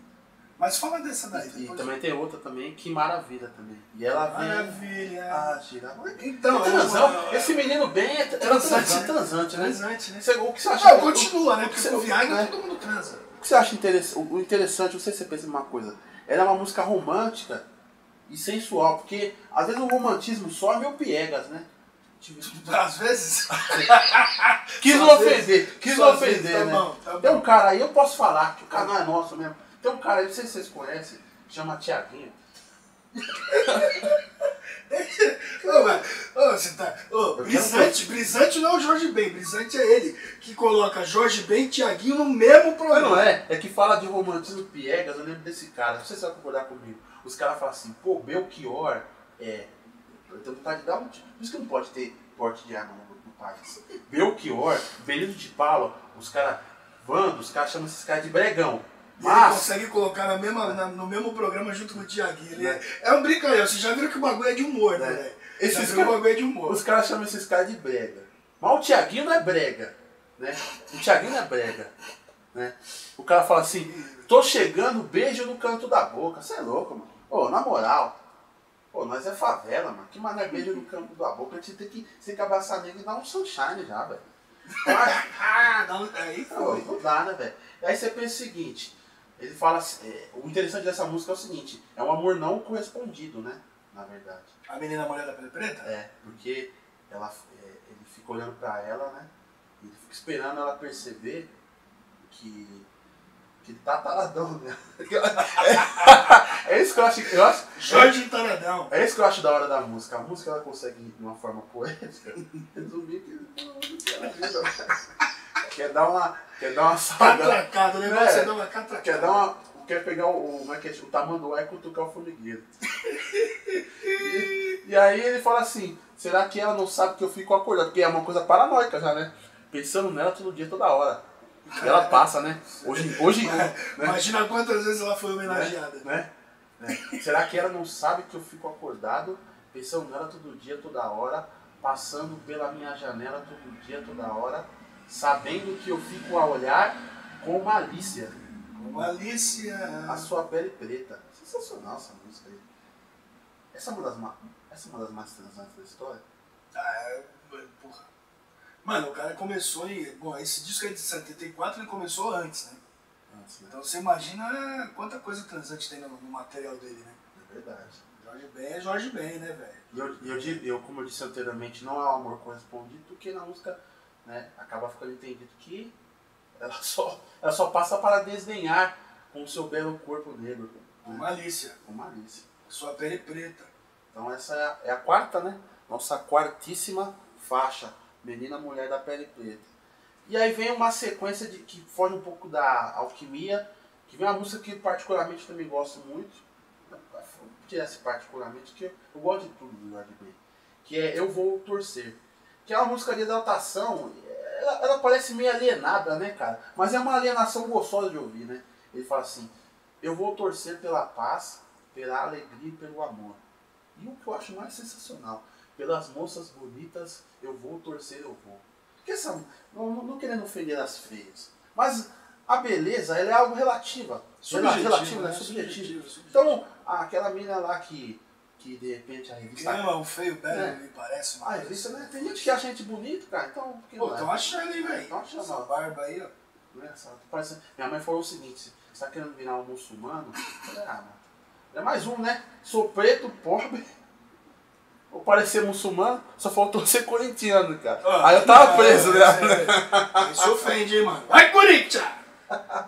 Speaker 1: Mas fala dessa daí.
Speaker 2: E, e
Speaker 1: depois. Ah,
Speaker 2: também tem outra também, que maravilha também. E ela vem.
Speaker 1: Maravilha.
Speaker 2: Ah, gira.
Speaker 1: então, é
Speaker 2: Transão,
Speaker 1: uma-
Speaker 2: esse menino bem é transante,
Speaker 1: Transante.
Speaker 2: transante, né?
Speaker 1: Transante, né?
Speaker 2: Você- O que você acha?
Speaker 1: Não, continua, né? Porque
Speaker 2: Tá, Você-
Speaker 1: com Viagra
Speaker 2: né?
Speaker 1: todo mundo transa.
Speaker 2: O que você acha interessante? O interessante, não sei se você pensa em uma coisa. Ela é uma música romântica e sensual, porque às vezes o romantismo só é meu piegas, né?
Speaker 1: Tipo, Às vezes.
Speaker 2: Quis
Speaker 1: Só
Speaker 2: não
Speaker 1: às vezes.
Speaker 2: ofender, quis
Speaker 1: Só
Speaker 2: não
Speaker 1: às vezes,
Speaker 2: ofender,
Speaker 1: tá
Speaker 2: né?
Speaker 1: bom, tá
Speaker 2: Tem
Speaker 1: bom.
Speaker 2: um cara aí, eu posso falar, que o canal é nosso mesmo. Tem um cara aí, não sei se vocês conhecem, chama Tiaguinho.
Speaker 1: Ô, mas- ô, você tá. ô,
Speaker 2: quero
Speaker 1: brisante, brisante não é o Jorge Ben, brisante é ele que coloca Jorge Ben e Tiaguinho no mesmo
Speaker 2: Mas
Speaker 1: programa.
Speaker 2: não é, é que fala de romantismo piegas, eu lembro desse cara, não sei se você vai concordar comigo. Os caras falam assim, pô, Belchior é. Eu tenho vontade de dar um. Por isso que não pode ter porte de arma no, no país. Belchior, Benito de Paula, os caras. Vando, os caras chamam esses caras de bregão.
Speaker 1: E ele
Speaker 2: Mas.
Speaker 1: consegue colocar na mesma, na- no mesmo programa junto com o Tiaguinho. Ele é, é um brincadeira, vocês já viram que o bagulho é de humor, né?
Speaker 2: É.
Speaker 1: velho? Já
Speaker 2: Esses
Speaker 1: viram que o
Speaker 2: caras.
Speaker 1: bagulho é de humor.
Speaker 2: Os caras chamam esses caras de brega. Mas o Tiaguinho não é brega, né? O Tiaguinho não é brega, né? O cara fala assim, tô chegando, beijo no canto da boca. Você é louco, mano. Ô, na moral, pô, nós é favela, mano. Que mané beijo no canto da boca. A gente tem que, tem que abraçar nele e dar um sunshine já, velho. Mas,
Speaker 1: Ah, não, aí
Speaker 2: Pô,
Speaker 1: foi.
Speaker 2: não dá, né, velho? Aí você pensa o seguinte, ele fala. assim, é, o interessante dessa música é o seguinte, é um amor não correspondido, né? Na verdade.
Speaker 1: A menina mulher da pele preta?
Speaker 2: É, porque ela, é, ele fica olhando pra ela, né? Ele fica esperando ela perceber que, que ele tá taradão, né? é isso que eu acho, eu acho.
Speaker 1: Jorge Taradão.
Speaker 2: É isso que eu acho da hora da música. A música ela consegue, de uma forma poética, resumir que ela né? quer dar uma. Quer dar uma salgada.
Speaker 1: Catracado, né?
Speaker 2: É.
Speaker 1: Você dá uma catracada.
Speaker 2: Quer dar uma. Quer pegar o. Como é que é? O tamanduá e cutucar o formigueiro. E, e aí ele fala assim, será que ela não sabe que eu fico acordado? Porque é uma coisa paranoica já, né? Pensando nela todo dia, toda hora. E ela passa, né? Hoje, hoje né?
Speaker 1: Imagina quantas vezes ela foi homenageada.
Speaker 2: né? Né? Será que ela não sabe que eu fico acordado, pensando nela todo dia, toda hora, passando pela minha janela todo dia, toda hora, sabendo que eu fico a olhar com malícia
Speaker 1: Com Alicia.
Speaker 2: a sua pele preta? Sensacional essa música aí. Essa é uma das, ma- essa é uma das mais transantes da história.
Speaker 1: Tá, é, Porra. Mano, o cara começou em. Bom, esse disco é de 74, ele começou antes, né?
Speaker 2: Antes, né?
Speaker 1: Então você imagina quanta coisa transante tem no, no material dele, né?
Speaker 2: É verdade.
Speaker 1: Jorge Ben é Jorge Ben, né, velho?
Speaker 2: E eu, e eu, di- eu, como eu disse anteriormente, não é o amor correspondido, porque na música né, acaba ficando entendido que ela só, ela só passa para desdenhar com o seu belo corpo negro,
Speaker 1: Com Malícia.
Speaker 2: com malícia.
Speaker 1: Sua pele preta.
Speaker 2: Então essa é a, é a quarta, né? Nossa quartíssima faixa, Menina Mulher da Pele Preta. E aí vem uma sequência de que foge um pouco da alquimia, que vem uma música que particularmente também gosto muito. Tivesse particularmente, que eu gosto de tudo do Jorge Ben. Que é Eu Vou Torcer. Que é uma música de exaltação. Ela, ela parece meio alienada, né, cara? Mas é uma alienação gostosa de ouvir, né? Ele fala assim, eu vou torcer pela paz, pela alegria e pelo amor. E o que eu acho mais sensacional, pelas moças bonitas, eu vou torcer, eu vou. Porque são, não, não- não querendo ofender as feias, mas a beleza ela é algo relativa. Rela- relativa, né? Subjetiva.
Speaker 1: subjetivo.
Speaker 2: Então, aquela mina lá que, que de repente a
Speaker 1: Quem
Speaker 2: revista.
Speaker 1: é o feio belo,
Speaker 2: É.
Speaker 1: me parece.
Speaker 2: A revista, né? Tem gente que acha a gente bonito, cara, então. Por que
Speaker 1: Pô,
Speaker 2: não é?
Speaker 1: estão achando aí, velho.
Speaker 2: Tão achando.
Speaker 1: Essa barba aí, ó.
Speaker 2: Engraçado. né, Parece- Minha mãe falou o seguinte: você tá querendo virar um muçulmano? Eu falei, ah, mano. É mais um, né? Sou preto, pobre. Vou parecer muçulmano, só faltou ser corintiano, cara. Ah,
Speaker 1: Ah.
Speaker 2: Aí eu tava
Speaker 1: é,
Speaker 2: preso, né?
Speaker 1: né? Se ofende, hein, mano. Vai, Corinthians!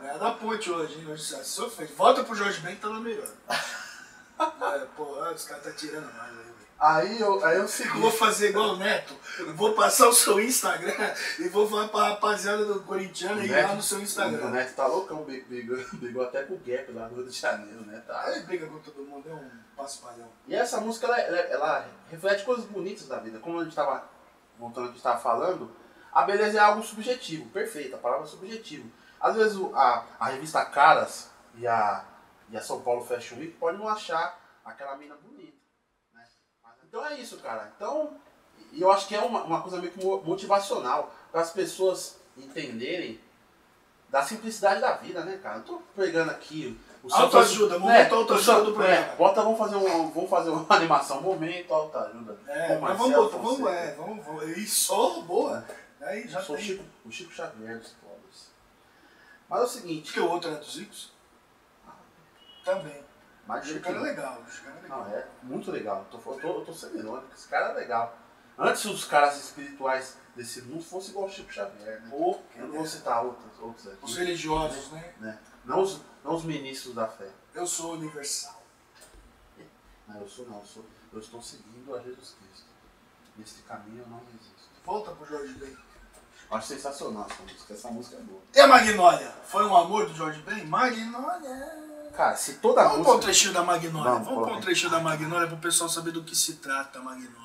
Speaker 1: É da ponte hoje, hein? Hoje você se ofende. Volta pro Jorge Ben que tá lá melhor. É, pô, olha, os caras tá tirando mais aí, velho.
Speaker 2: Aí eu, aí eu
Speaker 1: Eu
Speaker 2: segui.
Speaker 1: Vou fazer igual o Neto. Vou passar o seu Instagram e vou falar pra rapaziada do corintiano ir lá no seu
Speaker 2: O
Speaker 1: Instagram.
Speaker 2: Neto tá loucão, brig- brigou, brigou até com o Gap lá no Rio de Janeiro, né? Tá.
Speaker 1: Aí briga com todo mundo, é um passo-palhão.
Speaker 2: E essa música, ela, ela, ela reflete coisas bonitas da vida. Como a gente estava voltando ao que estava falando, a beleza é algo subjetivo, perfeito, a palavra é subjetivo. Às vezes o- a, a revista Caras e a, e a São Paulo Fashion Week podem não achar aquela mina bonita. né? Mas, Então é isso, cara. Então, e eu acho que é uma, uma coisa meio que mo- motivacional para as pessoas entenderem da simplicidade da vida, né, cara? Eu tô pegando aqui o Santos-
Speaker 1: Autoajuda, momento autoajuda do
Speaker 2: é,
Speaker 1: programa.
Speaker 2: bota, vamos fazer, um, vamos fazer uma animação, momento, autoajuda.
Speaker 1: É,
Speaker 2: Com
Speaker 1: mas
Speaker 2: Marcelo
Speaker 1: vamos botar, vamos,
Speaker 2: Fonseca.
Speaker 1: é, vamos, vamos. E só, boa. Aí já
Speaker 2: Sou o
Speaker 1: tem.
Speaker 2: Chico, o Chico Xavier dos pobres. Mas é o seguinte,
Speaker 1: que o outro é dos Ah, tá ricos? Também.
Speaker 2: mais
Speaker 1: O cara é legal, o cara é legal.
Speaker 2: Não, é muito legal. Eu tô, eu tô, eu tô sendo irônico, esse cara é legal. Antes os caras espirituais desse mundo fossem igual o Chico Xavier, né?
Speaker 1: Ou
Speaker 2: Eu não vou citar outros, outros aqui.
Speaker 1: os religiosos, né?
Speaker 2: né? Não, os, não os ministros da fé.
Speaker 1: Eu sou universal.
Speaker 2: Não, eu sou não, eu, sou, eu estou seguindo a Jesus Cristo. Nesse caminho eu não existo.
Speaker 1: Volta pro Jorge Ben.
Speaker 2: Eu acho sensacional essa música, essa música é boa.
Speaker 1: E a Magnólia? Foi um amor do Jorge Ben? Magnólia!
Speaker 2: Cara, se toda
Speaker 1: Vamos pôr um
Speaker 2: música.
Speaker 1: trechinho da Magnólia.
Speaker 2: Vamos,
Speaker 1: Vamos, pôr um
Speaker 2: coloca.
Speaker 1: trechinho da Magnólia pro pessoal saber do que se trata a Magnólia.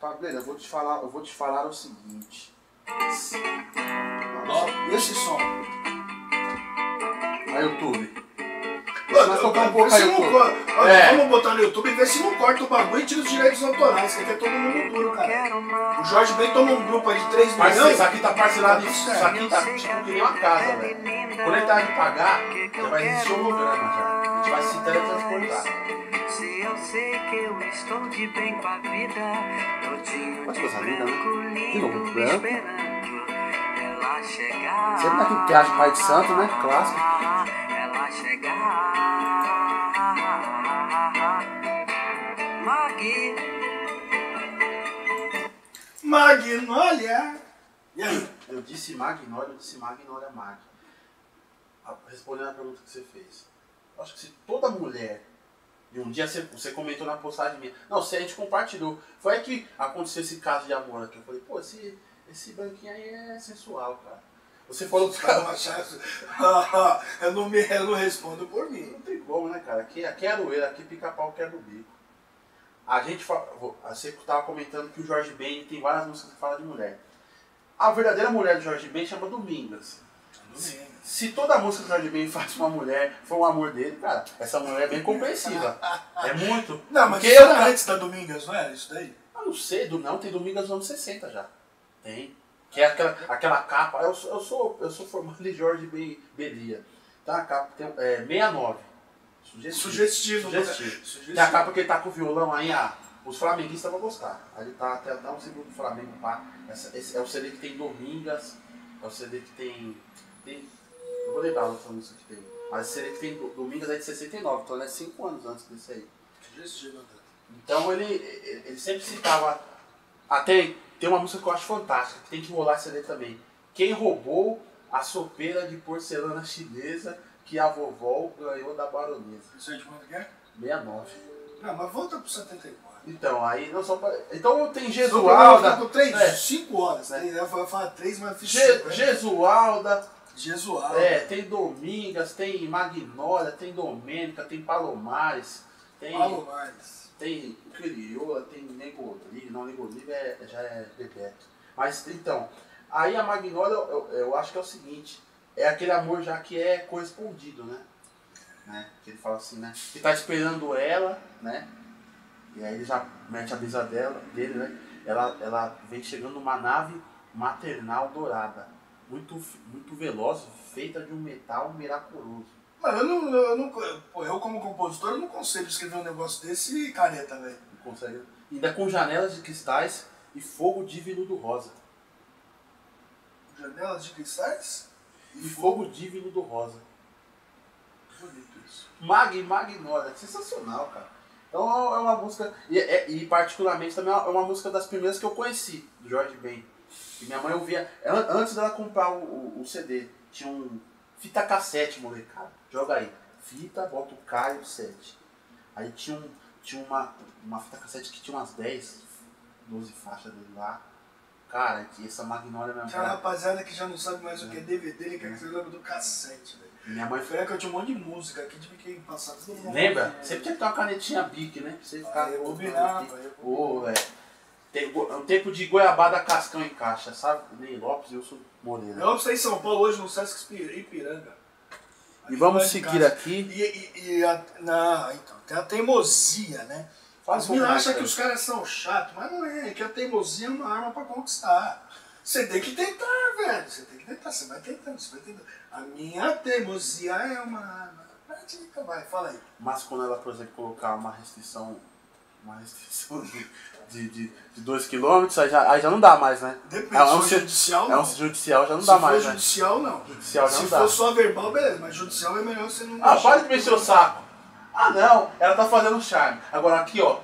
Speaker 2: Pablo, Tá, eu vou te falar, eu vou te falar o seguinte.
Speaker 1: Ó, esse som.
Speaker 2: A YouTube. Você vai tocar um
Speaker 1: Vê
Speaker 2: pouco
Speaker 1: se
Speaker 2: aí,
Speaker 1: tá não
Speaker 2: YouTube.
Speaker 1: co- Ó,
Speaker 2: É.
Speaker 1: Vamos botar no YouTube e ver se não corta o bagulho e tira os direitos autorais, que aqui é todo mundo duro, cara. O Jorge Ben tomou um grupo aí de 3
Speaker 2: Parceiro,
Speaker 1: milhões.
Speaker 2: isso aqui tá parcelado, isso
Speaker 1: É.
Speaker 2: aqui tá tipo que nem uma casa, velho. Quando ele tá de pagar, já vai existir um holograma já. A gente vai se teletransportar.
Speaker 3: Se eu sei que eu estou de bem com a vida, todinho
Speaker 2: Pode
Speaker 3: de
Speaker 2: gostar da vida, né?
Speaker 3: branco,
Speaker 2: De
Speaker 3: lindo,
Speaker 2: novo, branco.
Speaker 3: esperando ela chegar.
Speaker 2: Sempre tá aqui, Piagem Pai de Santo, né? Clássico.
Speaker 3: Ela chegar. Magui.
Speaker 1: Magnólia! E aí?
Speaker 2: Eu disse Magnólia, eu disse Magnólia Mag. A- Respondendo a pergunta que você fez. Eu acho que se toda mulher. E um dia você, você comentou na postagem minha. Não, se a gente compartilhou. Foi aí que aconteceu esse caso de amor aqui. Eu falei, pô, esse, esse branquinho aí é sensual, cara. Você falou
Speaker 1: Os
Speaker 2: que
Speaker 1: caras vão achar isso. eu, não me, eu não respondo por mim.
Speaker 2: Não tem como, né, cara? Aqui, aqui é aroeira, aqui pica-pau quer do bico. A gente fa- vou- Você tava comentando que o Jorge Ben tem várias músicas que falam de mulher. A verdadeira mulher do Jorge Ben chama Domingas. Se toda a música do Jorge Ben faz uma mulher, foi um amor dele, cara, essa mulher é bem compreensiva. É muito.
Speaker 1: Não, mas
Speaker 2: Porque
Speaker 1: isso
Speaker 2: eu,
Speaker 1: era
Speaker 2: cara,
Speaker 1: antes da Domingas, não era isso daí?
Speaker 2: eu não sei, do- não, tem domingo aos anos 60 já. Tem. Que é aquela, aquela capa. Eu sou, eu sou, eu sou formado em Jorge Ben Belia. Tá a capa, tem, é 69. Sugestivo.
Speaker 1: Sugestivo. né?
Speaker 2: Sugestivo.
Speaker 1: Sugestivo.
Speaker 2: Tem a capa que ele tá com o violão aí, ah, os flamenguistas vão gostar. Aí ele tá até dá um segundo pro Flamengo, pá. Essa- esse é o CD que tem Domingas, é o CD que tem. tem eu vou lembrar outra música que tem. Mas o CD que tem do- Domingas é de 69, então ele é 5 anos antes desse aí.
Speaker 1: Sugestivo, André.
Speaker 2: Então ele, ele sempre citava. Até tem uma música que eu acho fantástica, que tem que rolar esse CD também. Quem roubou a sopeira de porcelana chinesa que a vovó ganhou da baronesa?
Speaker 1: Isso é de quando que é?
Speaker 2: 69.
Speaker 1: Não, mas volta pro 74.
Speaker 2: Então, aí não só pra... Então tem
Speaker 1: Jesualda.
Speaker 2: Jesualda.
Speaker 1: com 3,
Speaker 2: É.
Speaker 1: 5 horas. né? Eu ia falar 3, mas fiz 5.
Speaker 2: Je- Jesualda,
Speaker 1: Jesualda.
Speaker 2: é, tem Domingas, tem Magnólia, tem Domênica, tem Palomares, tem,
Speaker 1: Paulo Marques.
Speaker 2: tem Crioula, tem Negolive, não, Negolive é, já é Bebeto. Mas então, aí a Magnólia, eu, eu acho que é o seguinte, é aquele amor já que é correspondido, né? né? Que ele fala assim, né? Que tá esperando ela, né? E aí ele já mete a brisa dela, dele, né? Ela, ela vem chegando numa nave maternal dourada, muito, f- muito veloz, feita de um metal miraculoso.
Speaker 1: Mano, eu não, eu não. pô, eu como compositor, eu não consigo escrever um negócio desse e careta, velho.
Speaker 2: E consegue, ainda com janelas de cristais e fogo de veludo rosa.
Speaker 1: Janelas de cristais?
Speaker 2: E fogo de veludo rosa.
Speaker 1: Bonito isso.
Speaker 2: Mag Magnolia, sensacional, cara. Então é uma música, e, é- e particularmente também é uma música das primeiras que eu conheci, do Jorge Ben. E minha mãe ouvia, an- antes dela comprar o, o- o CD, tinha um fita cassete, molecada. Joga aí, fita, bota o K e o 7. Aí tinha, um, tinha uma, uma fita cassete que tinha umas 10, 12 faixas dele lá. Cara, que essa é Magnolia, minha
Speaker 1: Tinha uma
Speaker 2: mãe,
Speaker 1: rapaziada que já não sabe mais o que é DVD, ele quer que você lembre do cassete, velho.
Speaker 2: minha mãe foi...
Speaker 1: Foi aí que eu tinha um monte de música aqui, tive que passar todo mundo. é.
Speaker 2: Lembra? Sempre tinha que ter uma canetinha bique, né? Pra você ficar...
Speaker 1: Ah, eu
Speaker 2: ouvindo
Speaker 1: combinava, eu
Speaker 2: Ô, velho. Tem go- é um tempo de goiabada cascão em caixa, sabe? Ney Lopes e Wilson Moreira.
Speaker 1: Eu saí em São Paulo hoje no Sesc Ipi- Ipiranga.
Speaker 2: E vamos
Speaker 1: Aqui
Speaker 2: seguir
Speaker 1: lá de
Speaker 2: aqui.
Speaker 1: casa. E, e, e a, na, então, tem a teimosia, né?
Speaker 2: Faz
Speaker 1: Os
Speaker 2: um
Speaker 1: meninos
Speaker 2: pouco
Speaker 1: acham
Speaker 2: mais,
Speaker 1: que os caras são chatos, mas não é, é que a teimosia é uma arma pra conquistar. Você tem que tentar, velho. Você tem que tentar, você vai tentando, você vai tentando. A minha teimosia é uma arma. Pratica, vai, fala aí.
Speaker 2: Mas quando ela, por exemplo, colocar uma restrição. Uma restrição de 2 de, de, de dois quilômetros, aí já, aí já não dá mais, né?
Speaker 1: Depende,
Speaker 2: é um
Speaker 1: se
Speaker 2: ju-
Speaker 1: for judicial,
Speaker 2: É
Speaker 1: não.
Speaker 2: um judicial, já não
Speaker 1: Se
Speaker 2: dá
Speaker 1: for
Speaker 2: mais, né?
Speaker 1: judicial, não.
Speaker 2: Judicial já
Speaker 1: Se
Speaker 2: não
Speaker 1: for
Speaker 2: dá.
Speaker 1: só verbal, beleza, mas judicial é melhor você não.
Speaker 2: Ah,
Speaker 1: deixar.
Speaker 2: para de mexer o saco. Ah, não, ela tá fazendo charme. Agora aqui, ó,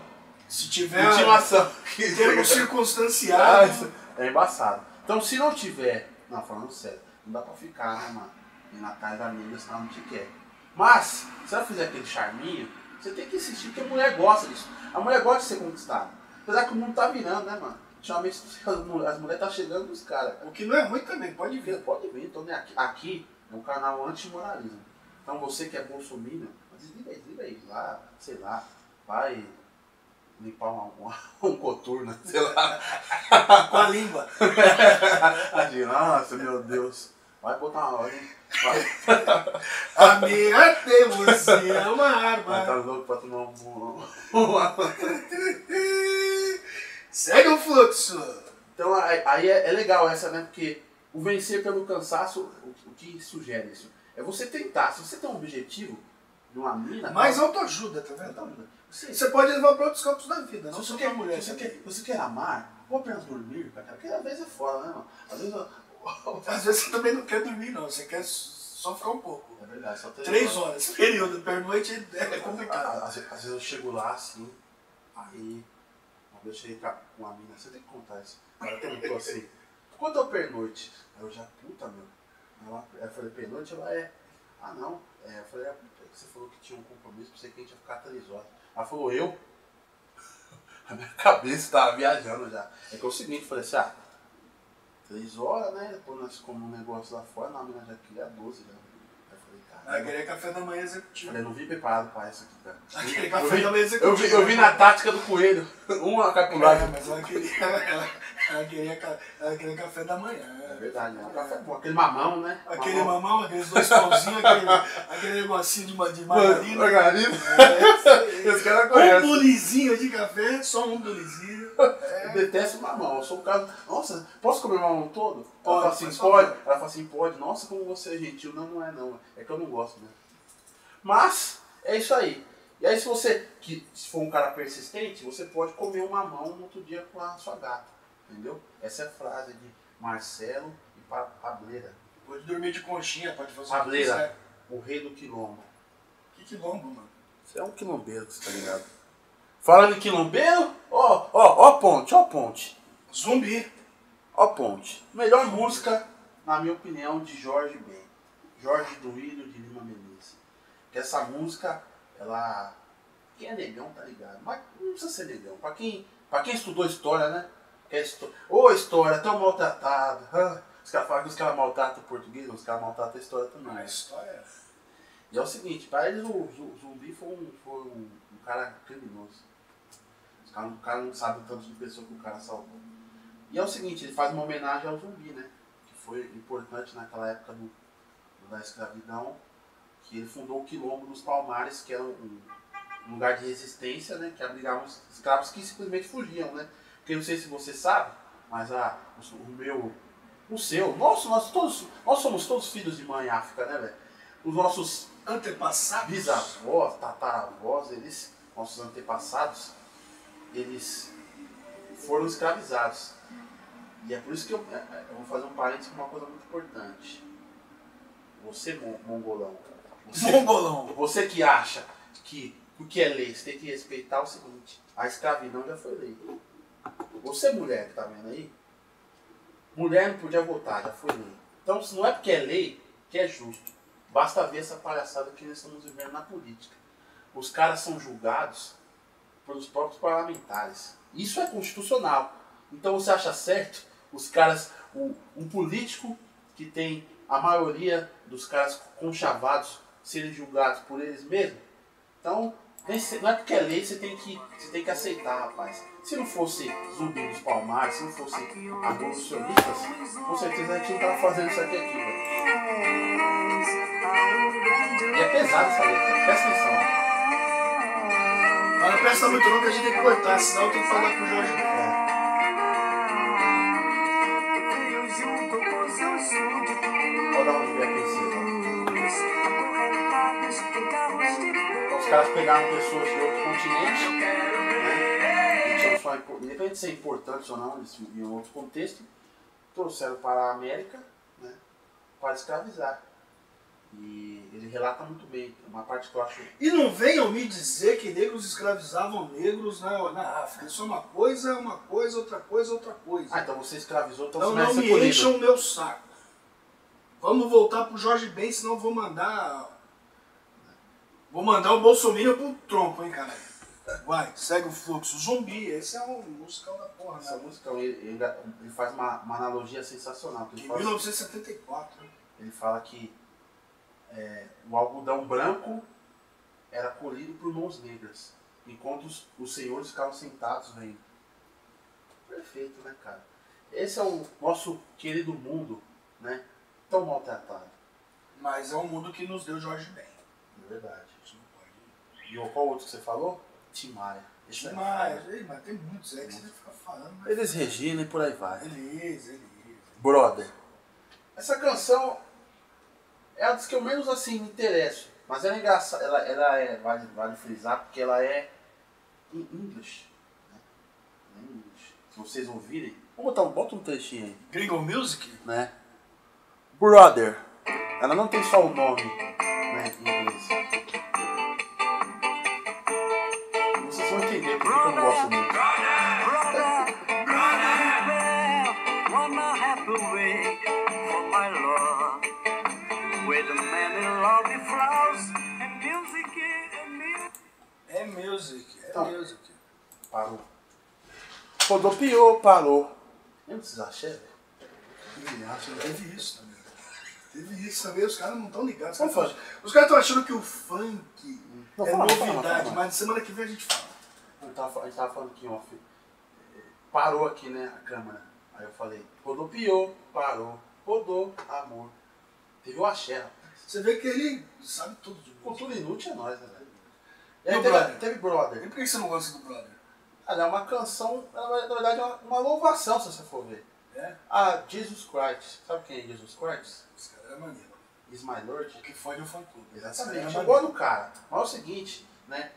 Speaker 1: Se tiver.
Speaker 2: intimação.
Speaker 1: Termo
Speaker 2: Ah,
Speaker 1: circunstanciado.
Speaker 2: isso é embaçado. Então se não tiver. Não, falando sério, não dá pra ficar, né, mano? E na casa da amiga, senão não te quer. Mas, se ela fizer aquele charminho, você tem que insistir, porque a mulher gosta disso. A mulher gosta de ser conquistada. Apesar que o mundo tá virando, né, mano? Ultimamente as mu- as mulheres tá chegando nos caras.
Speaker 1: O que não é ruim também, pode
Speaker 2: Porque
Speaker 1: ver.
Speaker 2: Pode vir, então, né, aqui, aqui é um canal anti-moralismo. Então você que é bolsominion, desliga aí, desliga aí, lá, sei lá, vai limpar uma, uma, um coturno, sei lá.
Speaker 1: Com a língua.
Speaker 2: Tadinho, Nossa, meu Deus. Vai botar uma ordem. Vai.
Speaker 1: A minha teimosia é uma
Speaker 2: Vai tá
Speaker 1: arma.
Speaker 2: louco pra tomar um burro. tá.
Speaker 1: Segue o fluxo.
Speaker 2: Então aí aí é, é legal essa, né? Porque o vencer pelo cansaço, o, o que sugere isso? É você tentar. Se você tem um objetivo de uma mina.
Speaker 1: Mais autoajuda, tá
Speaker 2: Tá,
Speaker 1: vendo?
Speaker 2: você,
Speaker 1: Você pode levar para outros campos da vida, não
Speaker 2: se
Speaker 1: só
Speaker 2: você,
Speaker 1: pra
Speaker 2: quer,
Speaker 1: mulher. né?
Speaker 2: se você,
Speaker 1: também.
Speaker 2: quer, você quer amar, ou apenas dormir, cara. Porque às vezes é foda, né, mano? Às vezes. eu-
Speaker 1: Às vezes você também não quer dormir, não. Você quer só ficar um pouco.
Speaker 2: É verdade, só tem-
Speaker 1: Três horas. Esse período pernoite é é
Speaker 2: Às,
Speaker 1: complicado.
Speaker 2: às vezes- às vezes eu chego lá assim, aí. Uma vez eu cheguei com a- com uma mina, você tem que contar isso. Ela perguntou assim: quanto é o pernoite? Aí eu já, puta, meu. Ela, eu falei: pernoite? Ela é. Ah, não. É, eu falei: é, é que você falou que tinha um compromisso pra você que a gente ia ficar três horas. Ela falou: eu? A minha cabeça tava viajando já. É que é o seguinte: eu falei assim, ah, três horas, né? Depois nós comemos um negócio lá fora, na mina já queria 12 já. né?" Aí eu falei: caralho.
Speaker 1: Aquele é café da manhã executivo.
Speaker 2: Falei, não vim preparado pra isso aqui, cara.
Speaker 1: Aquele
Speaker 2: Eu
Speaker 1: café
Speaker 2: vi,
Speaker 1: da manhã
Speaker 2: eu,
Speaker 1: executivo. né?
Speaker 2: vi, eu vi na tática do coelho. Uma cai pro lado.
Speaker 1: É, mas ela queria, ela, ela queria, ca- ela queria café da manhã.
Speaker 2: É verdade, né? Com aquele mamão, né?
Speaker 1: Aquele mamão, aqueles dois pãozinhos, aquele, aquele negocinho de, ma- de
Speaker 2: Mano,
Speaker 1: margarina. né? É,
Speaker 2: margarina. Esse cara
Speaker 1: Um
Speaker 2: conhece.
Speaker 1: bulizinho de café, só um bulizinho.
Speaker 2: Eu detesto mamão. Eu sou o cara. Nossa, posso comer mamão todo?
Speaker 1: Pode,
Speaker 2: ela fala
Speaker 1: por
Speaker 2: assim,
Speaker 1: favor.
Speaker 2: pode. Ela fala assim, pode. Nossa, como você é gentil. Não, não é não. É que eu não gosto mesmo. Mas, é isso aí. E aí se você, que se for um cara persistente, você pode comer um mamão no outro dia com a sua gata. Entendeu? Essa é a frase de Marcelo e Pa- Pableira.
Speaker 1: Pode dormir de conchinha, pode fazer o que
Speaker 2: Pableira.
Speaker 1: quiser.
Speaker 2: O rei do quilombo.
Speaker 1: Que quilombo, mano.
Speaker 2: Você é um quilombeiro, você tá ligado? Falando em quilombeiro, ó, ó, ó a ponte, ó a ponte.
Speaker 1: Zumbi.
Speaker 2: Ó a ponte. Melhor música, na minha opinião, de Jorge Ben. Jorge Duílio de Lima Menezes. Que essa música, ela. Quem é negão tá ligado. Mas não precisa ser negão. Pra quem, pra quem estudou história, né? Que é histó- Ô história, tão maltratada. hã? Os caras falam que os caras maltratam o português, não, os caras maltratam a história também.
Speaker 1: A história é essa.
Speaker 2: E é o seguinte, para eles o, Zu- zumbi foi um, foi um, um cara criminoso. Os cara- O cara, não sabe o tanto de pessoa que o cara salvou. E é o seguinte, ele faz uma homenagem ao zumbi, né? Que foi importante naquela época do, da escravidão, que ele fundou o Quilombo dos Palmares, que era um, um lugar de resistência, né? Que abrigava os escravos que simplesmente fugiam, né? Porque eu não sei se você sabe, mas a, o, o meu. O seu, nosso, nós todos. Nós somos todos filhos de mãe África, né, velho? Os nossos
Speaker 1: Antepassados.
Speaker 2: bisavós, tataravós, eles, nossos antepassados, eles foram escravizados. E é por isso que eu, eu vou fazer um parênteses com uma coisa muito importante. Você, mon- mongolão, você,
Speaker 1: Mongolão.
Speaker 2: você que acha que o que é lei, você tem que respeitar o seguinte, a escravidão já foi lei. Você, mulher, que tá vendo aí, mulher não podia votar, já foi lei. Então, se não é porque é lei, que é justo. Basta ver essa palhaçada que nós estamos vivendo na política. Os caras são julgados pelos próprios parlamentares. Isso é constitucional. Então, você acha certo os caras, o- um político que tem a maioria dos caras conchavados serem julgados por eles mesmos? Então, nem se- não é porque é lei, você tem que, você tem que aceitar, rapaz. Se não fosse zumbi dos palmares, se não fosse abolicionistas, com certeza a gente não tava fazendo isso aqui, aqui velho. E é pesado essa letra, presta atenção.
Speaker 1: Mas não presta muito não que a gente tem que cortar, senão eu tenho que falar com o Jorge.
Speaker 2: É.
Speaker 3: Veio junto com seus súditos,
Speaker 2: Olha onde veio a princesa.
Speaker 3: acorrentados em carros de
Speaker 2: ó. Os caras pegaram pessoas de outro continente, né? que tinham sua impor- Independente de ser importante ou não, eles viviam em outro contexto, trouxeram para a América, né? Para escravizar. E ele relata muito bem, uma parte que eu acho
Speaker 1: E não venham me dizer que negros escravizavam negros na, na África. Isso é uma coisa, é uma coisa, outra coisa, outra coisa.
Speaker 2: Ah, então você escravizou, então
Speaker 1: Então
Speaker 2: você não é
Speaker 1: não me
Speaker 2: punido.
Speaker 1: encham o meu saco. Vamos voltar pro Jorge Ben, senão eu vou mandar. Vou mandar o Bolsonaro pro tronco, hein, cara. Vai, segue o fluxo. Zumbi, esse é um musicão da porra,
Speaker 2: Essa
Speaker 1: né?
Speaker 2: música, ele, ele- ele faz uma, uma analogia sensacional. que
Speaker 1: De
Speaker 2: Ele fala, assim,
Speaker 1: 1974. né?
Speaker 2: ele fala que é, o algodão branco era colhido por mãos negras, enquanto os, os senhores ficavam sentados vendo. Perfeito, né, cara? Esse é o nosso querido mundo, né? Tão maltratado.
Speaker 1: Mas é um mundo que nos deu Jorge Ben.
Speaker 2: É verdade. E o- qual outro que você falou? Timaia. Esse é
Speaker 1: Mas,
Speaker 2: foda.
Speaker 1: ei, mas tem muitos aí que você fica falando. Mas...
Speaker 2: Eles Regina e por aí vai.
Speaker 1: Beleza, beleza.
Speaker 2: Brother. Essa canção é a das que eu menos assim me interesso. Mas ela é engraçada, ela, ela é, vale, vale frisar, porque ela é em inglês. né? Ela é Em inglês. Se vocês ouvirem, vamos botar um, bota um trechinho aí,
Speaker 1: Gringo Music?
Speaker 2: né? Brother. Ela não tem só o nome, né, em inglês. Vocês vão entender porque que eu não gosto muito.
Speaker 3: brother, brother, where wanna have a way for my love? With many lovely flowers and music and music.
Speaker 1: É music, é
Speaker 2: Tá.
Speaker 1: music.
Speaker 2: Parou. Rodopiou, parou. Lembra desses axé, velho? né?
Speaker 1: E acho que teve isso também. Teve isso também, os caras não estão ligados. Os
Speaker 2: Vamos
Speaker 1: caras estão achando que o funk
Speaker 2: Não,
Speaker 1: é
Speaker 2: fala, fala,
Speaker 1: novidade,
Speaker 2: fala, fala.
Speaker 1: mas semana que vem a gente fala.
Speaker 2: Eu tava fa- a gente tava falando aqui, em off. Parou aqui, né, a câmera. Aí eu falei, rodopiou, parou, rodou, amor. Teve o axé, rapaz.
Speaker 1: Você vê que ele sabe tudo de música.
Speaker 2: Cultura inútil é nós, né, velho? E
Speaker 1: E
Speaker 2: aí
Speaker 1: o
Speaker 2: teve,
Speaker 1: Brother?
Speaker 2: teve
Speaker 1: E
Speaker 2: Brother.
Speaker 1: por que você não gosta do brother?
Speaker 2: Ela é uma canção, ela, na verdade é uma, uma louvação, se você for ver.
Speaker 1: É?
Speaker 2: Ah, Jesus Christ. Sabe quem é Jesus Christ?
Speaker 1: Esse cara era maneiro.
Speaker 2: Is my Lord.
Speaker 1: O que foi de um fã clube. Esse cara era
Speaker 2: Exatamente. Eu
Speaker 1: maneiro.
Speaker 2: gosto do cara. Mas é o seguinte, né?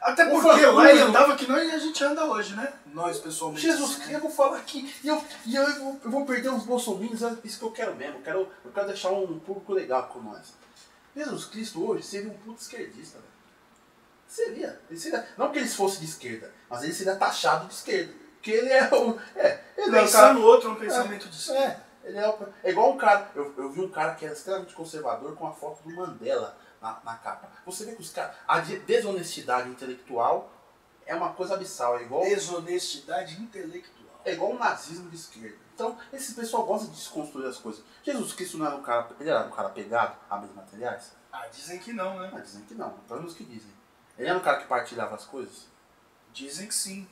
Speaker 1: Até
Speaker 2: O
Speaker 1: porque
Speaker 2: fã
Speaker 1: lá ele
Speaker 2: clube-
Speaker 1: andava que nós, a gente anda hoje, né? Nós, pessoalmente.
Speaker 2: Jesus,
Speaker 1: assim,
Speaker 2: eu vou falar aqui. E eu, e eu, eu vou- eu vou perder uns bolsominions, é isso que eu quero mesmo. Eu quero, eu quero deixar um público legal com nós. Jesus Cristo hoje seria um puto esquerdista, velho. Seria, ele seria. Não que ele fosse de esquerda, mas ele seria taxado de esquerda. Porque ele é o. É, ele é o cara.
Speaker 1: Pensar no outro é um pensamento de si.
Speaker 2: É, ele é, o- é igual um cara. Eu, eu vi um cara que era extremamente conservador com a foto do Mandela na, na capa. Você vê que os caras. A de- desonestidade intelectual é uma coisa abissal. É igual,
Speaker 1: Desonestidade intelectual.
Speaker 2: é igual o nazismo de esquerda. Então, esse pessoal gosta de desconstruir as coisas. Jesus Cristo não era um cara. Ele era um cara pegado a meios materiais?
Speaker 1: Ah, dizem que não, né?
Speaker 2: Ah, dizem que não, pelo menos que dizem. Ele era um cara que partilhava as coisas?
Speaker 1: Dizem que sim.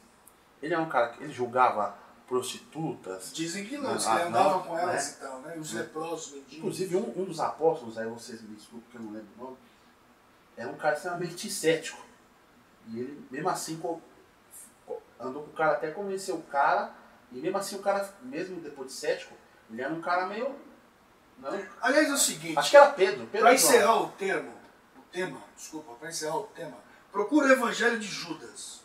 Speaker 2: Ele era um cara que ele julgava prostitutas.
Speaker 1: Dizem que
Speaker 2: Não,
Speaker 1: não. Os
Speaker 2: ah,
Speaker 1: que andavam
Speaker 2: não,
Speaker 1: com elas e tal, né? Os
Speaker 2: Né?
Speaker 1: leprosos, mendigos.
Speaker 2: Inclusive, um, um dos apóstolos, aí vocês me desculpem que eu não lembro o nome, era um cara extremamente cético. E ele, mesmo assim, co- co- andou com o cara, até convenceu o cara, e mesmo assim, o cara, mesmo depois de cético, ele era um cara meio. Não,
Speaker 1: Aliás, é o seguinte.
Speaker 2: acho que é era Pedro. Pedro
Speaker 1: Para
Speaker 2: não.
Speaker 1: encerrar o tema, o tema, desculpa, para encerrar o tema, procura o Evangelho de Judas.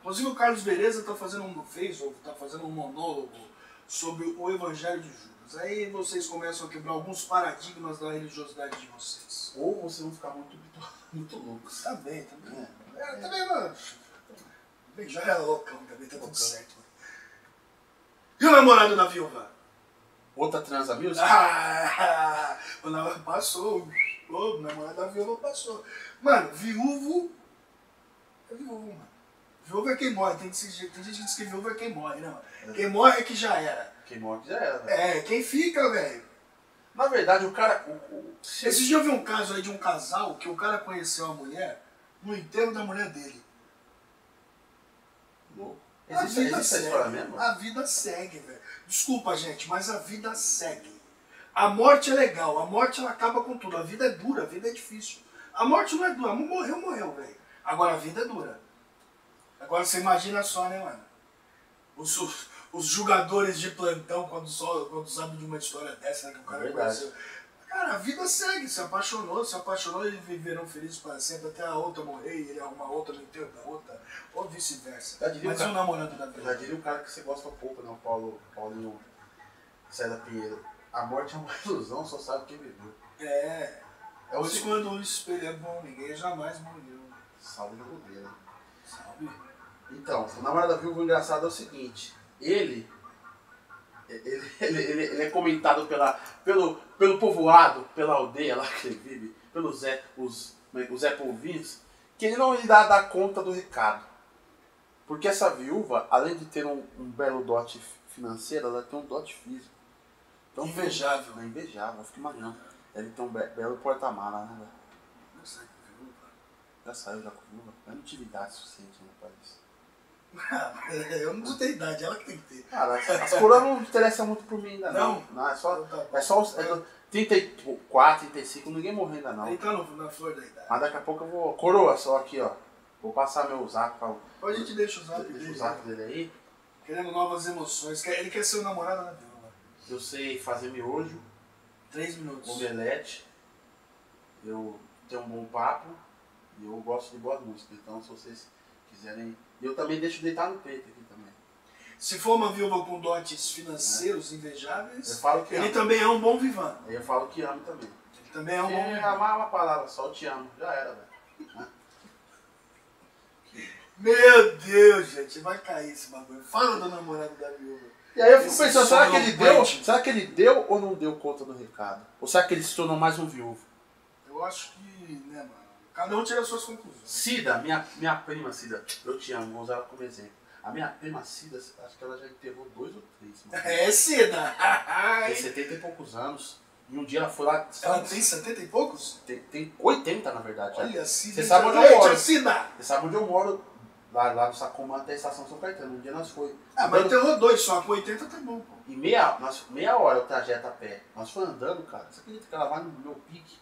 Speaker 1: Inclusive o Carlos Vereza está fazendo um fez ou está fazendo um monólogo sobre o Evangelho de Judas. Aí vocês começam a quebrar alguns paradigmas da religiosidade de vocês.
Speaker 2: Ou vocês vão ficar muito, muito loucos.
Speaker 1: Tá bem, tá bem.
Speaker 2: né?
Speaker 1: É, tá bem, mano. Bem, já é loucão também, tá
Speaker 2: Loucão.
Speaker 1: tudo certo. mano. E o namorado da viúva?
Speaker 2: Outra transa music?
Speaker 1: Ah, o namorado passou. O namorado da viúva passou. Mano, viúvo. É viúvo, mano. Viúvo é quem morre. Tem, que se- tem gente que diz que viúvo é quem morre, né, mano? Quem morre é que já era.
Speaker 2: Quem morre já era. velho.
Speaker 1: É, quem fica, velho.
Speaker 2: Na verdade, o cara. o- o- se-
Speaker 1: Esse dia eu vi um caso aí de um casal que o cara conheceu a mulher no enterro da mulher dele.
Speaker 2: Existe, existe essa história mesmo?
Speaker 1: A vida segue, velho. Desculpa, gente, mas a vida segue. A morte é legal, a morte ela acaba com tudo. A vida é dura, a vida é difícil. A morte não é dura, morreu, morreu, velho. Agora a vida é dura. Agora você imagina só, né, mano? Os, os, os jogadores de plantão, quando, só, quando sabem de uma história dessa, né, que o cara
Speaker 2: Verdade.
Speaker 1: conheceu. Cara, a vida segue, se apaixonou, se apaixonou e viverão felizes para sempre até a outra morrer e ele arrumar outra no enterro da outra, ou vice-versa.
Speaker 2: Já diria o
Speaker 1: Mas e
Speaker 2: cara-
Speaker 1: o namorado da
Speaker 2: Eu
Speaker 1: vida?
Speaker 2: já diria o cara que você gosta pouco, não, Paulo, Paulinho César Pinheiro. A morte é uma ilusão, só sabe quem viveu.
Speaker 1: É,
Speaker 2: É o
Speaker 1: pois
Speaker 2: segundo.
Speaker 1: quando o espelho é bom, ninguém jamais morreu, né?
Speaker 2: Salve da bandeira.
Speaker 1: sabe?
Speaker 2: Então, o namorado da viúva o engraçado é o seguinte. Ele. Ele, ele, ele- ele é comentado pela, pelo, pelo povoado, pela aldeia lá que ele vive, pelo Zé, os, os Zé Polvinhos, que ele não irá dar conta do recado. Porque essa viúva, além de ter um, um belo dote financeiro, ela tem um dote físico. Então,
Speaker 1: Invejável.
Speaker 2: É invejável, eu fico imaginando. Ele tem um be- belo porta-mala, né? velho?
Speaker 1: Não sai com viúva.
Speaker 2: Já saiu já com viúva. Eu não tive idade suficiente, né, pra isso.
Speaker 1: Ah, Eu não tenho idade, ela que tem que ter.
Speaker 2: Cara, as coroas não interessam muito por mim ainda, não. Não, é só.
Speaker 1: Então tá bom.
Speaker 2: É só os. É, do- 34, 35, ninguém morreu ainda não.
Speaker 1: Ele tá no- na flor da idade.
Speaker 2: Mas daqui a pouco eu vou. Coroa só aqui, ó. Vou passar meu zap pra.
Speaker 1: Depois a gente deixa o zap
Speaker 2: Deixa
Speaker 1: dele, né?
Speaker 2: o zap dele aí.
Speaker 1: querendo novas emoções. Quer- Ele quer ser o namorado da viúva.
Speaker 2: Eu sei fazer miojo,
Speaker 1: Três minutos.
Speaker 2: omelete. Eu tenho um bom papo. E eu gosto de boas músicas. Então se vocês quiserem. E eu também deixo deitar no peito aqui também.
Speaker 1: Se for uma viúva com dotes financeiros invejáveis,
Speaker 2: Eu falo que
Speaker 1: ele
Speaker 2: amo.
Speaker 1: também é um bom vivan.
Speaker 2: Eu falo que amo também.
Speaker 1: Ele também é um bom
Speaker 2: É,
Speaker 1: vivan.
Speaker 2: amar é uma palavra, só eu te amo. Já era, velho.
Speaker 1: Meu Deus, gente, vai cair esse bagulho. Fala do namorado da viúva.
Speaker 2: E aí eu fico
Speaker 1: Esse
Speaker 2: pensando, será
Speaker 1: sonho
Speaker 2: que ele deu?
Speaker 1: romântico.
Speaker 2: Será que ele deu ou não deu conta do recado? Ou será que ele se tornou mais um viúvo?
Speaker 1: Eu acho que, né, mano, cada um tira as suas conclusões.
Speaker 2: Cida, minha, minha prima Cida, eu te amo, vou usar ela como exemplo. A minha prima Cida, acho que ela já enterrou dois ou três, mano.
Speaker 1: É, Cida.
Speaker 2: Tem 70 e poucos anos. E um dia ela foi lá.
Speaker 1: Ela tem 70 e poucos?
Speaker 2: tem, tem 80, na verdade. já.
Speaker 1: Olha, Cida.
Speaker 2: Você sabe onde eu
Speaker 1: Leite,
Speaker 2: moro.
Speaker 1: Cida.
Speaker 2: Você sabe onde eu moro? Lá, lá no Sacomã até a estação São Caetano. Um dia nós foi.
Speaker 1: Ah, mas enterrou dois só. Com 80 tá bom, pô.
Speaker 2: E meia, nós, meia hora o trajeto a pé. Nós foi andando, cara. Você acredita que ela vai no meu pique?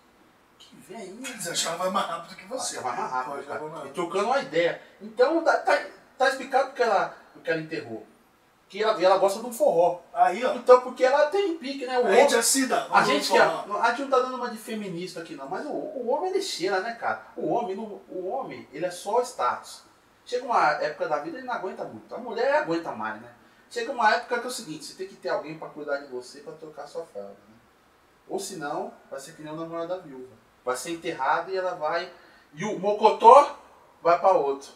Speaker 2: Que veinha.
Speaker 1: Eles achavam mais rápido que você.
Speaker 2: Você vai mais
Speaker 1: Pô,
Speaker 2: rápido,
Speaker 1: já vai mais
Speaker 2: cara. E
Speaker 1: rápido.
Speaker 2: trocando uma ideia. Então tá, tá, tá explicado porque ela, porque ela enterrou. Que ela, e ela gosta de um forró.
Speaker 1: Aí, ó.
Speaker 2: Então, porque ela tem pique, né? O
Speaker 1: A gente
Speaker 2: homem,
Speaker 1: é Cida.
Speaker 2: a
Speaker 1: vamos
Speaker 2: gente que é,
Speaker 1: falar.
Speaker 2: a gente não tá dando uma de feminista aqui, não. Mas o, o homem ele cheira, né, cara? O homem, não- o homem, ele é só status. Chega uma época da vida ele não aguenta muito. A mulher aguenta mais, né? Chega uma época que é o seguinte, você tem que ter alguém pra cuidar de você pra trocar sua fralda, né? Ou senão, vai ser que nem o namorado da viúva. Vai ser enterrado e ela vai. E o mocotó vai pra outro.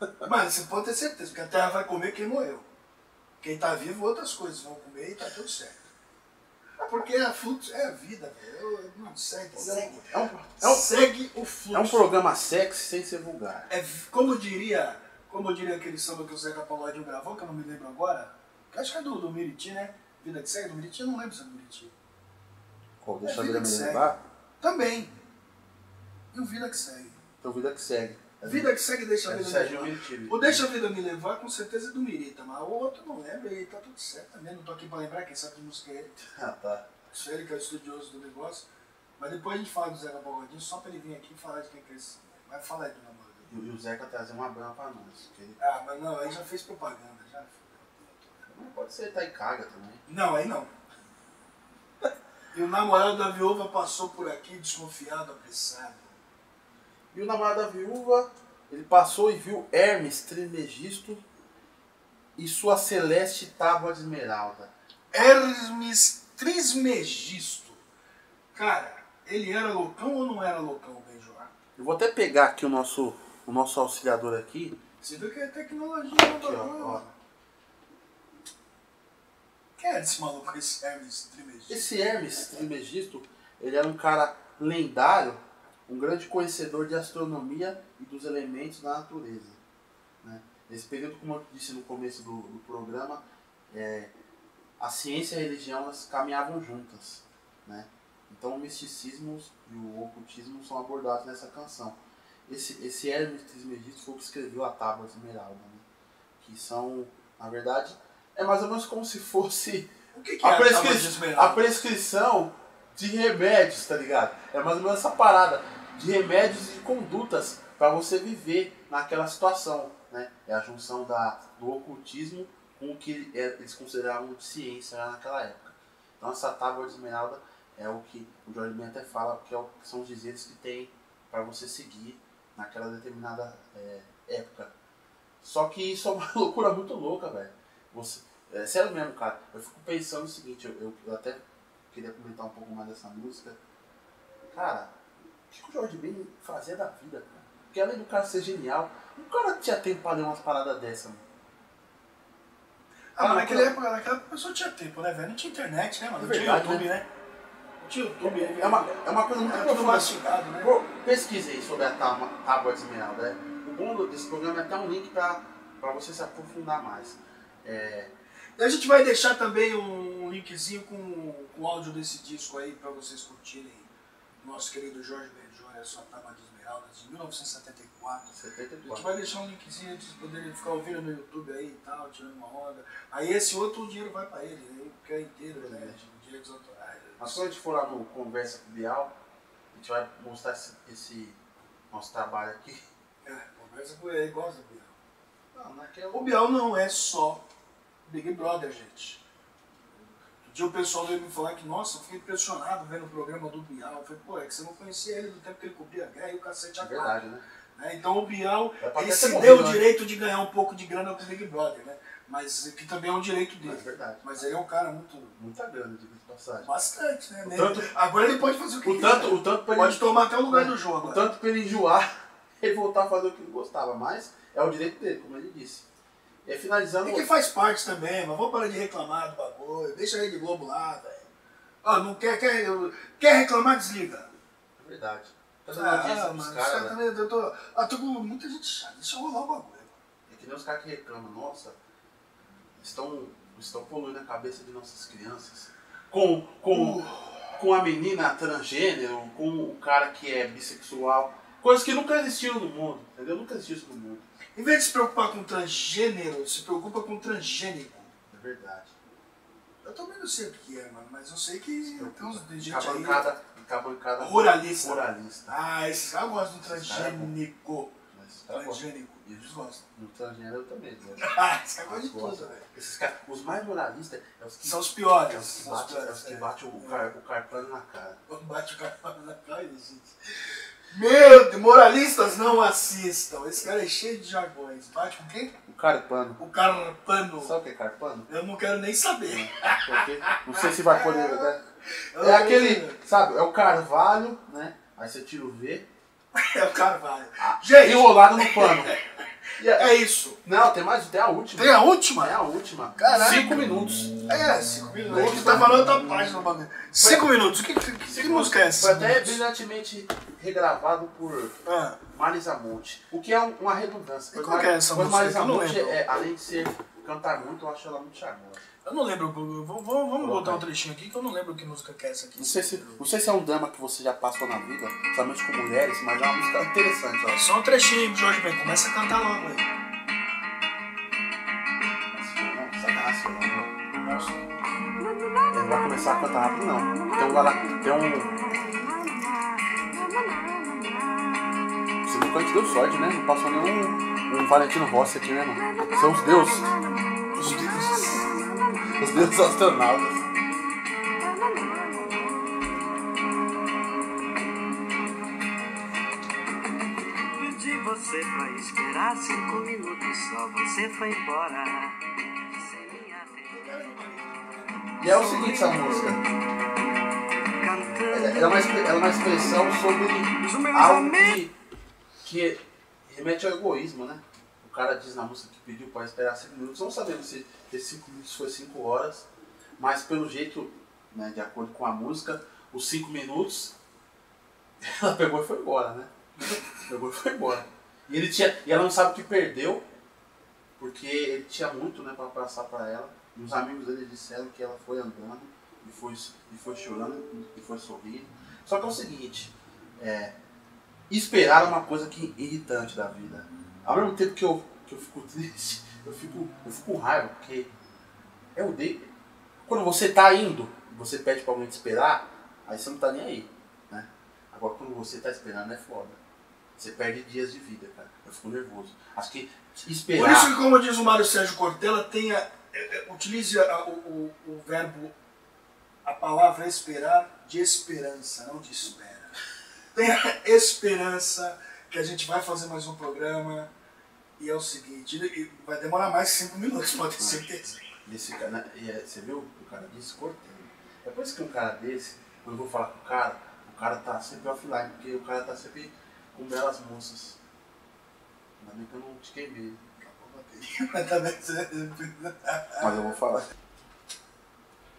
Speaker 1: Ah, mas você pode ter certeza, porque a terra vai comer quem morreu. Quem tá vivo, outras coisas vão comer e tá tudo certo. Ah, Porque é fluxo, é a vida, velho. Eu- eu Não segue, segue.
Speaker 2: É um, é um,
Speaker 1: segue o fluxo.
Speaker 2: é um programa sexy sem ser vulgar.
Speaker 1: É, como diria, como diria aquele samba que o Zeca Pagodinho gravou, que eu não me lembro agora, que acho que é do, do Miriti, né? Vida que segue, do Miriti, eu não lembro se é do Miriti.
Speaker 2: Pô, deixa
Speaker 1: É
Speaker 2: a
Speaker 1: vida
Speaker 2: vida
Speaker 1: que
Speaker 2: me
Speaker 1: segue.
Speaker 2: levar.
Speaker 1: Também. E o Vida que segue.
Speaker 2: Então vida que segue.
Speaker 1: Vida que segue deixa a
Speaker 2: É do
Speaker 1: vida me
Speaker 2: Sérgio
Speaker 1: levar.
Speaker 2: Mentira.
Speaker 1: O Deixa a Vida Me Levar com certeza é do Mirita, mas o outro não lembra e tá tudo certo também. Não tô aqui pra lembrar, quem sabe de música é ele.
Speaker 2: Ah, tá.
Speaker 1: Isso é ele que é o estudioso do negócio. Mas depois a gente fala do Zeca Pagodinho só pra ele vir aqui e falar de quem que é esse. Mas fala aí do namoro dele.
Speaker 2: E o e o Zeca trazer uma brama pra nós. que ele-
Speaker 1: Ah, mas não, aí já fez propaganda, já
Speaker 2: Não pode ser Taicaga também.
Speaker 1: Não, aí não. E o namorado da viúva passou por aqui desconfiado, apressado.
Speaker 2: E o namorado da viúva, ele passou e viu Hermes Trimegisto e sua celeste tábua de esmeralda.
Speaker 1: Hermes Trismegisto. Cara, ele era loucão ou não era loucão, Benjoar?
Speaker 2: Eu vou até pegar aqui o nosso, o nosso auxiliador aqui.
Speaker 1: Você viu que é tecnologia,
Speaker 2: Aqui, ó, ó.
Speaker 1: não Quem era esse maluco, esse Hermes Trismegisto?
Speaker 2: Esse Hermes Trimegisto, ele era um cara lendário, um grande conhecedor de astronomia e dos elementos da natureza. né? Nesse período, como eu disse no começo do, do programa, é, a ciência e a religião elas caminhavam juntas. né? Então o misticismo e o ocultismo são abordados nessa canção. Esse, esse Hermes Trismegisto foi o que escreveu a Tábua de Esmeralda, né? que são, na verdade, é mais ou menos como se fosse
Speaker 1: O que, que
Speaker 2: a,
Speaker 1: era
Speaker 2: prescri-
Speaker 1: tábua de
Speaker 2: a
Speaker 1: esmeralda?
Speaker 2: prescrição de remédios, tá ligado? É mais ou menos essa parada de remédios e condutas pra você viver naquela situação, né? É a junção da, do ocultismo com o que é- eles consideravam de ciência lá naquela época. Então essa tábua de esmeralda é o que o Jorge Ben até fala, que é o- que são os dizeres que tem pra você seguir naquela determinada é, época. Só que isso é uma loucura muito louca, velho. Você, é sério mesmo, cara. Eu fico pensando o seguinte, eu, eu- eu até queria comentar um pouco mais dessa música. Cara, o que que o Jorge Ben fazia da vida, cara? Porque além do cara ser genial, um cara tinha tempo pra ler umas paradas dessa, mano.
Speaker 1: Ah, mas
Speaker 2: Ah,
Speaker 1: naquela
Speaker 2: não.
Speaker 1: época, naquela época a pessoa tinha tempo, né, velho? Não tinha internet, né, mano?
Speaker 2: É
Speaker 1: Não tinha
Speaker 2: verdade,
Speaker 1: YouTube, né? Não tinha YouTube, né?
Speaker 2: É uma, é uma coisa muito
Speaker 1: Era tudo
Speaker 2: profunda.
Speaker 1: mastigado, né?
Speaker 2: Pô, pesquisei sobre a tábua, tábua de esmeralda. né? O bom desse programa é até um link pra, pra você se aprofundar mais. É,
Speaker 1: E a gente vai deixar também um linkzinho com, com o áudio desse disco aí pra vocês curtirem. Nosso querido Jorge Benjor e a sua Tábua de Esmeraldas de 1974. A gente
Speaker 2: 74.
Speaker 1: vai deixar um linkzinho pra vocês poderem ficar ouvindo no YouTube aí e tal, tirando uma onda. Aí esse outro o dinheiro vai pra ele, né? porque é inteiro, né? De Direitos autorais.
Speaker 2: Mas quando a gente for lá no Conversa com o Bial, a gente vai mostrar esse, esse nosso trabalho aqui.
Speaker 1: É, conversa com ele, gosta do Bial.
Speaker 2: Não, naquela...
Speaker 1: O Bial não é só Big Brother, gente. Outro dia o pessoal veio me falar que, nossa, eu fiquei impressionado vendo o programa do Bial. Eu falei, pô, é que você não conhecia ele do tempo que ele cobria a guerra e o cacete
Speaker 2: É
Speaker 1: a
Speaker 2: verdade, né?
Speaker 1: né? Então o Bial,
Speaker 2: É pra
Speaker 1: ele
Speaker 2: ter
Speaker 1: se
Speaker 2: morrido,
Speaker 1: deu o
Speaker 2: né?
Speaker 1: direito de ganhar um pouco de grana com o Big Brother, né? Mas que também é um direito
Speaker 2: É
Speaker 1: dele.
Speaker 2: verdade.
Speaker 1: Mas ele é um cara muito...
Speaker 2: Muita grana, diga de passagem.
Speaker 1: Bastante, né?
Speaker 2: O
Speaker 1: Ele-
Speaker 2: tanto-
Speaker 1: Agora ele pode fazer o que
Speaker 2: O
Speaker 1: quiser.
Speaker 2: tanto, o tanto pra ele, É.
Speaker 1: Pode tomar até o lugar do jogo.
Speaker 2: o
Speaker 1: né?
Speaker 2: tanto pra ele enjoar e voltar a fazer o que ele gostava. Mas é o direito dele, como ele disse. E aí, finalizando.
Speaker 1: É que faz parte também, mas vamos parar de reclamar do bagulho. Deixa a Rede Globo lá, velho. Ó, não quer, quer, quer reclamar, desliga.
Speaker 2: É verdade. Fazendo audiência
Speaker 1: Ah,
Speaker 2: pros
Speaker 1: mano, os
Speaker 2: caras,
Speaker 1: caras
Speaker 2: né?
Speaker 1: também, eu tô, ah, tô com muita gente chata. Deixa eu rolar o bagulho.
Speaker 2: É que nem os caras que reclamam, nossa, estão, estão poluindo a cabeça de nossas crianças. Com,
Speaker 1: Uh.
Speaker 2: com, com a menina transgênero, com o cara que é bissexual. Coisas que nunca existiu no mundo, entendeu? Nunca existiu isso no mundo.
Speaker 1: Em vez de se preocupar com transgênero, se preocupa com transgênico.
Speaker 2: É verdade.
Speaker 1: Eu também não sei o que é, mano, mas eu sei que tem uns de gente
Speaker 2: Acabou em
Speaker 1: aí.
Speaker 2: cada. Acabou em cada.
Speaker 1: Ruralista.
Speaker 2: Ruralista.
Speaker 1: Ah, esses caras gostam do
Speaker 2: Esses caras é bom.
Speaker 1: transgênico.
Speaker 2: Mas tá bom.
Speaker 1: Transgênico. Eles gostam.
Speaker 2: No transgênero eu também, né?
Speaker 1: Ah, esses caras gostam de
Speaker 2: Gosto.
Speaker 1: tudo, velho.
Speaker 2: Esses caras, os mais moralistas é os que,
Speaker 1: São os
Speaker 2: é
Speaker 1: piores.
Speaker 2: os que
Speaker 1: São os
Speaker 2: batem é os
Speaker 1: piores.
Speaker 2: que
Speaker 1: é.
Speaker 2: bate o, car, o carpano na cara.
Speaker 1: Bate o cavalo na cara, gente. Meu Deus, moralistas não assistam. Esse cara é cheio de jargões. Bate com quem?
Speaker 2: O carpano.
Speaker 1: O carpano.
Speaker 2: Sabe o que é carpano?
Speaker 1: Eu não quero nem saber.
Speaker 2: Porque, não sei se vai poder, né?
Speaker 1: Eu
Speaker 2: É
Speaker 1: não-
Speaker 2: aquele, sabe, é o carvalho, né? Aí você tira o V,
Speaker 1: É o Carvalho.
Speaker 2: é
Speaker 1: Gente,
Speaker 2: enrolado no pano. E é-
Speaker 1: é isso.
Speaker 2: não, tem mais, tem a última.
Speaker 1: Tem a última?
Speaker 2: É a última.
Speaker 1: Caraca.
Speaker 2: Cinco minutos.
Speaker 1: É, 5 minutos. A
Speaker 2: Hoje
Speaker 1: gente
Speaker 2: tá
Speaker 1: tá falando outra página do bagulho. 5 minutos. Que, que, que, que música é essa?
Speaker 2: Foi até
Speaker 1: Cinco minutos?
Speaker 2: brilhantemente regravado por
Speaker 1: Ah,
Speaker 2: Marisa Monte, o que é um- uma redundância.
Speaker 1: E qual que é essa
Speaker 2: pois
Speaker 1: música?
Speaker 2: Marisa
Speaker 1: Que eu não
Speaker 2: Monte,
Speaker 1: lembro.
Speaker 2: é, além de ser cantar muito, eu acho ela muito charmosa.
Speaker 1: eu não lembro. Vamos, vamos, vamos
Speaker 2: Coloca
Speaker 1: botar um
Speaker 2: aí.
Speaker 1: trechinho aqui que eu não lembro que música que é essa aqui.
Speaker 2: Não sei, se, não sei se é um drama que você já passou na vida, somente com mulheres, mas é uma música interessante, ó.
Speaker 1: Só um trechinho, Jorge Ben. Começa a cantar logo aí.
Speaker 2: Não, sacanagem, não. Nossa. Ele vai começar a cantar rápido, não. Então vai lá, tem um. Esse nunca deu sorte, né? Não passou nenhum um Valentino Rossi aqui, né, mano? São os deuses,
Speaker 1: Os dedos.
Speaker 2: os deuses astronautas.
Speaker 3: Pedi você pra esperar cinco minutos só. Você foi embora. Sem me atender.
Speaker 2: E é o seguinte, essa música.
Speaker 3: Cantando.
Speaker 2: Ela é uma, expre- ela é uma expressão sobre
Speaker 3: é
Speaker 2: algo um que, que remete ao egoísmo, né? O cara diz na música que pediu para esperar 5 minutos. Não sabemos se esses 5 minutos foi 5 horas, mas pelo jeito, né, de acordo com a música, os 5 minutos ela pegou e foi embora, né? Pegou e foi embora. E, ele tinha, e ela não sabe que perdeu, porque ele tinha muito né, para passar para ela. E os amigos dele disseram que ela foi andando e foi, e foi chorando e foi sorrindo. Só que é o seguinte, é, esperar é uma coisa que irritante da vida. Ao mesmo tempo que eu, que eu fico triste, eu fico, eu fico com raiva, porque eu odeio. Quando você tá indo, você pede pra alguém te esperar, aí você não tá nem aí. Né? Agora quando você tá esperando é foda. Você perde dias de vida, cara. Eu fico nervoso. Acho que esperar.
Speaker 1: Por isso que, como diz o Mário Sérgio Cortella, tenha, é, é, utilize a- o, o- o verbo, a palavra esperar, de esperança, não de espera. Tenha esperança que a gente vai fazer mais um programa. E é o seguinte, e- e vai demorar mais cinco minutos, pode ter certeza.
Speaker 2: Esse cara, né? E é- você viu o cara disse? Cortei. É por isso que um cara desse, quando eu vou falar com o cara, o cara tá sempre offline, porque o cara tá sempre com belas moças. Ainda bem que eu não te queimei.
Speaker 1: Tá bem?
Speaker 2: Mas eu vou falar.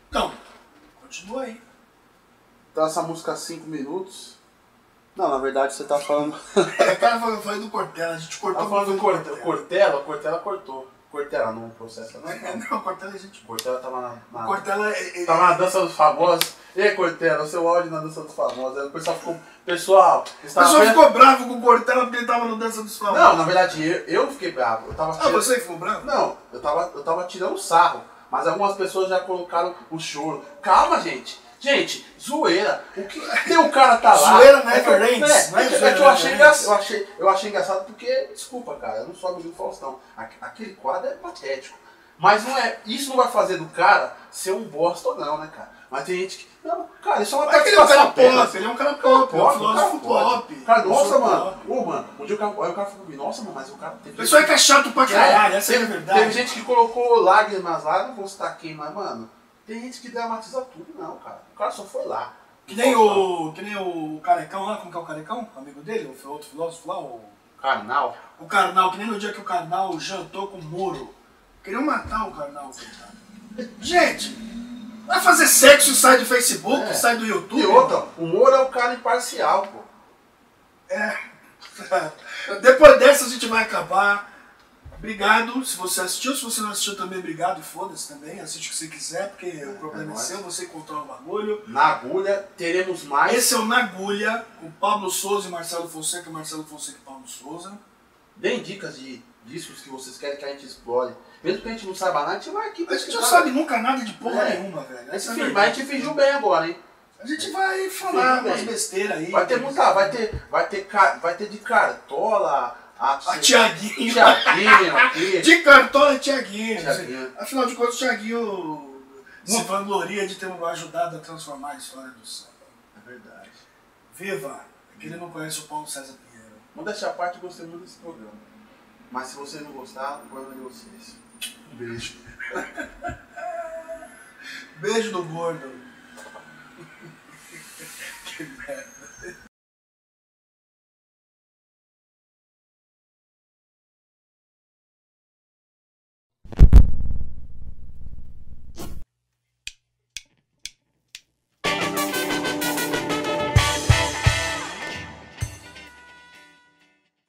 Speaker 1: Então, continua aí.
Speaker 2: Então essa música 5 minutos. Não, na verdade você tá falando.
Speaker 1: Eu tava falando, falando do Cortella, a gente cortou
Speaker 2: Tá falando do
Speaker 1: muito
Speaker 2: Cortella. Cortella, Cortella cortou. Cortella não processa, não. é
Speaker 1: Não, o Cortella a gente.
Speaker 2: Cortella tava na.
Speaker 1: O
Speaker 2: na...
Speaker 1: Cortella é. é-
Speaker 2: Ah. Tava na dança dos famosos. Ei, Cortella, o seu áudio na dança dos famosos. Aí o pessoal ficou. Pessoal,
Speaker 1: O
Speaker 2: está
Speaker 1: pessoal ficou bravo com o Cortella porque ele tava no Dança dos Famosos.
Speaker 2: Não, na verdade eu, eu fiquei bravo. Eu tava
Speaker 1: Ah,
Speaker 2: tirando...
Speaker 1: você que ficou bravo?
Speaker 2: Não, eu tava, eu tava tirando sarro. Mas algumas pessoas já colocaram o choro. Calma, gente. Gente, zoeira. O que tem o cara tá lá?
Speaker 1: Zoeira não é
Speaker 2: que-
Speaker 1: violência, não é
Speaker 2: é que- é
Speaker 1: zoeira,
Speaker 2: que
Speaker 1: não
Speaker 2: eu
Speaker 1: é
Speaker 2: achei, engra-
Speaker 1: violência.
Speaker 2: eu achei, eu achei engraçado porque, desculpa, cara, eu não sou amigo do Faustão. Aque- Aquele quadro é patético. Mas não é, isso não vai fazer do cara ser um bosta ou não, né, cara? Mas tem gente que. Não, cara, isso é uma
Speaker 1: Mas ele é um cara
Speaker 2: apenas.
Speaker 1: pop, ele é um cara pop, é um
Speaker 2: Pop,
Speaker 1: filósofo
Speaker 2: cara,
Speaker 1: pop.
Speaker 2: Cara, nossa,
Speaker 1: Filósofo
Speaker 2: mano.
Speaker 1: pop.
Speaker 2: Ô, mano, um dia o cara, aí o cara falou pra mim, nossa, mano, mas o cara teve.
Speaker 1: O pessoal é que é chato pra caralho, essa é a
Speaker 2: teve, teve
Speaker 1: verdade.
Speaker 2: gente que colocou lágrimas lá, não vou citar quem, mas, mano, tem gente que dramatiza tudo, não, cara. O cara só foi lá.
Speaker 1: Que nem o. Que nem o carecão lá, como que é o carecão? Amigo dele, o outro filósofo lá, o.
Speaker 2: Carnal.
Speaker 1: O Karnal, que nem no dia que o Karnal jantou com o Moro. Queriam matar o Karnal, coitado. Gente, vai fazer sexo e sai do Facebook,
Speaker 2: É.
Speaker 1: sai do YouTube.
Speaker 2: E outra, o Moro é o cara imparcial, pô.
Speaker 1: Depois dessa a gente vai acabar. Obrigado se você assistiu. Se você não assistiu também, obrigado. E foda-se também. Assiste o que você quiser, porque o problema é,
Speaker 2: nóis.
Speaker 1: seu, você controla o bagulho.
Speaker 2: Na agulha, teremos mais.
Speaker 1: Esse é o Nagulha, com Pablo Souza e Marcelo Fonseca. Marcelo Fonseca e Pablo Souza.
Speaker 2: Deem dicas de discos que vocês querem que a gente explore. Mesmo que a gente não saiba nada, a gente vai aqui.
Speaker 1: A gente não
Speaker 2: pesquisar.
Speaker 1: sabe nunca nada de porra
Speaker 2: É.
Speaker 1: nenhuma, velho.
Speaker 2: A
Speaker 1: Essa
Speaker 2: gente,
Speaker 1: é
Speaker 2: fingiu,
Speaker 1: verdade.
Speaker 2: a gente fingiu bem agora, hein?
Speaker 1: A gente vai falar
Speaker 2: Fingiu bem.
Speaker 1: umas besteiras aí.
Speaker 2: Vai ter muita, vai ter, vai ter, ca- vai ter de cartola, a,
Speaker 1: A Tiaguinho.
Speaker 2: Tiaguinho aqui.
Speaker 1: De cartola, é Tiaguinho.
Speaker 2: Tiaguinho.
Speaker 1: Afinal de contas, o Thiaguinho se vangloria de ter ajudado a transformar a história do samba.
Speaker 2: É verdade.
Speaker 1: Viva! Que ele não conhece o Paulo César Pinheiro.
Speaker 2: Modéstia à parte, eu gostei muito desse programa. Mas se vocês não gostaram, o problema é de vocês. Um beijo.
Speaker 1: Beijo do gordo.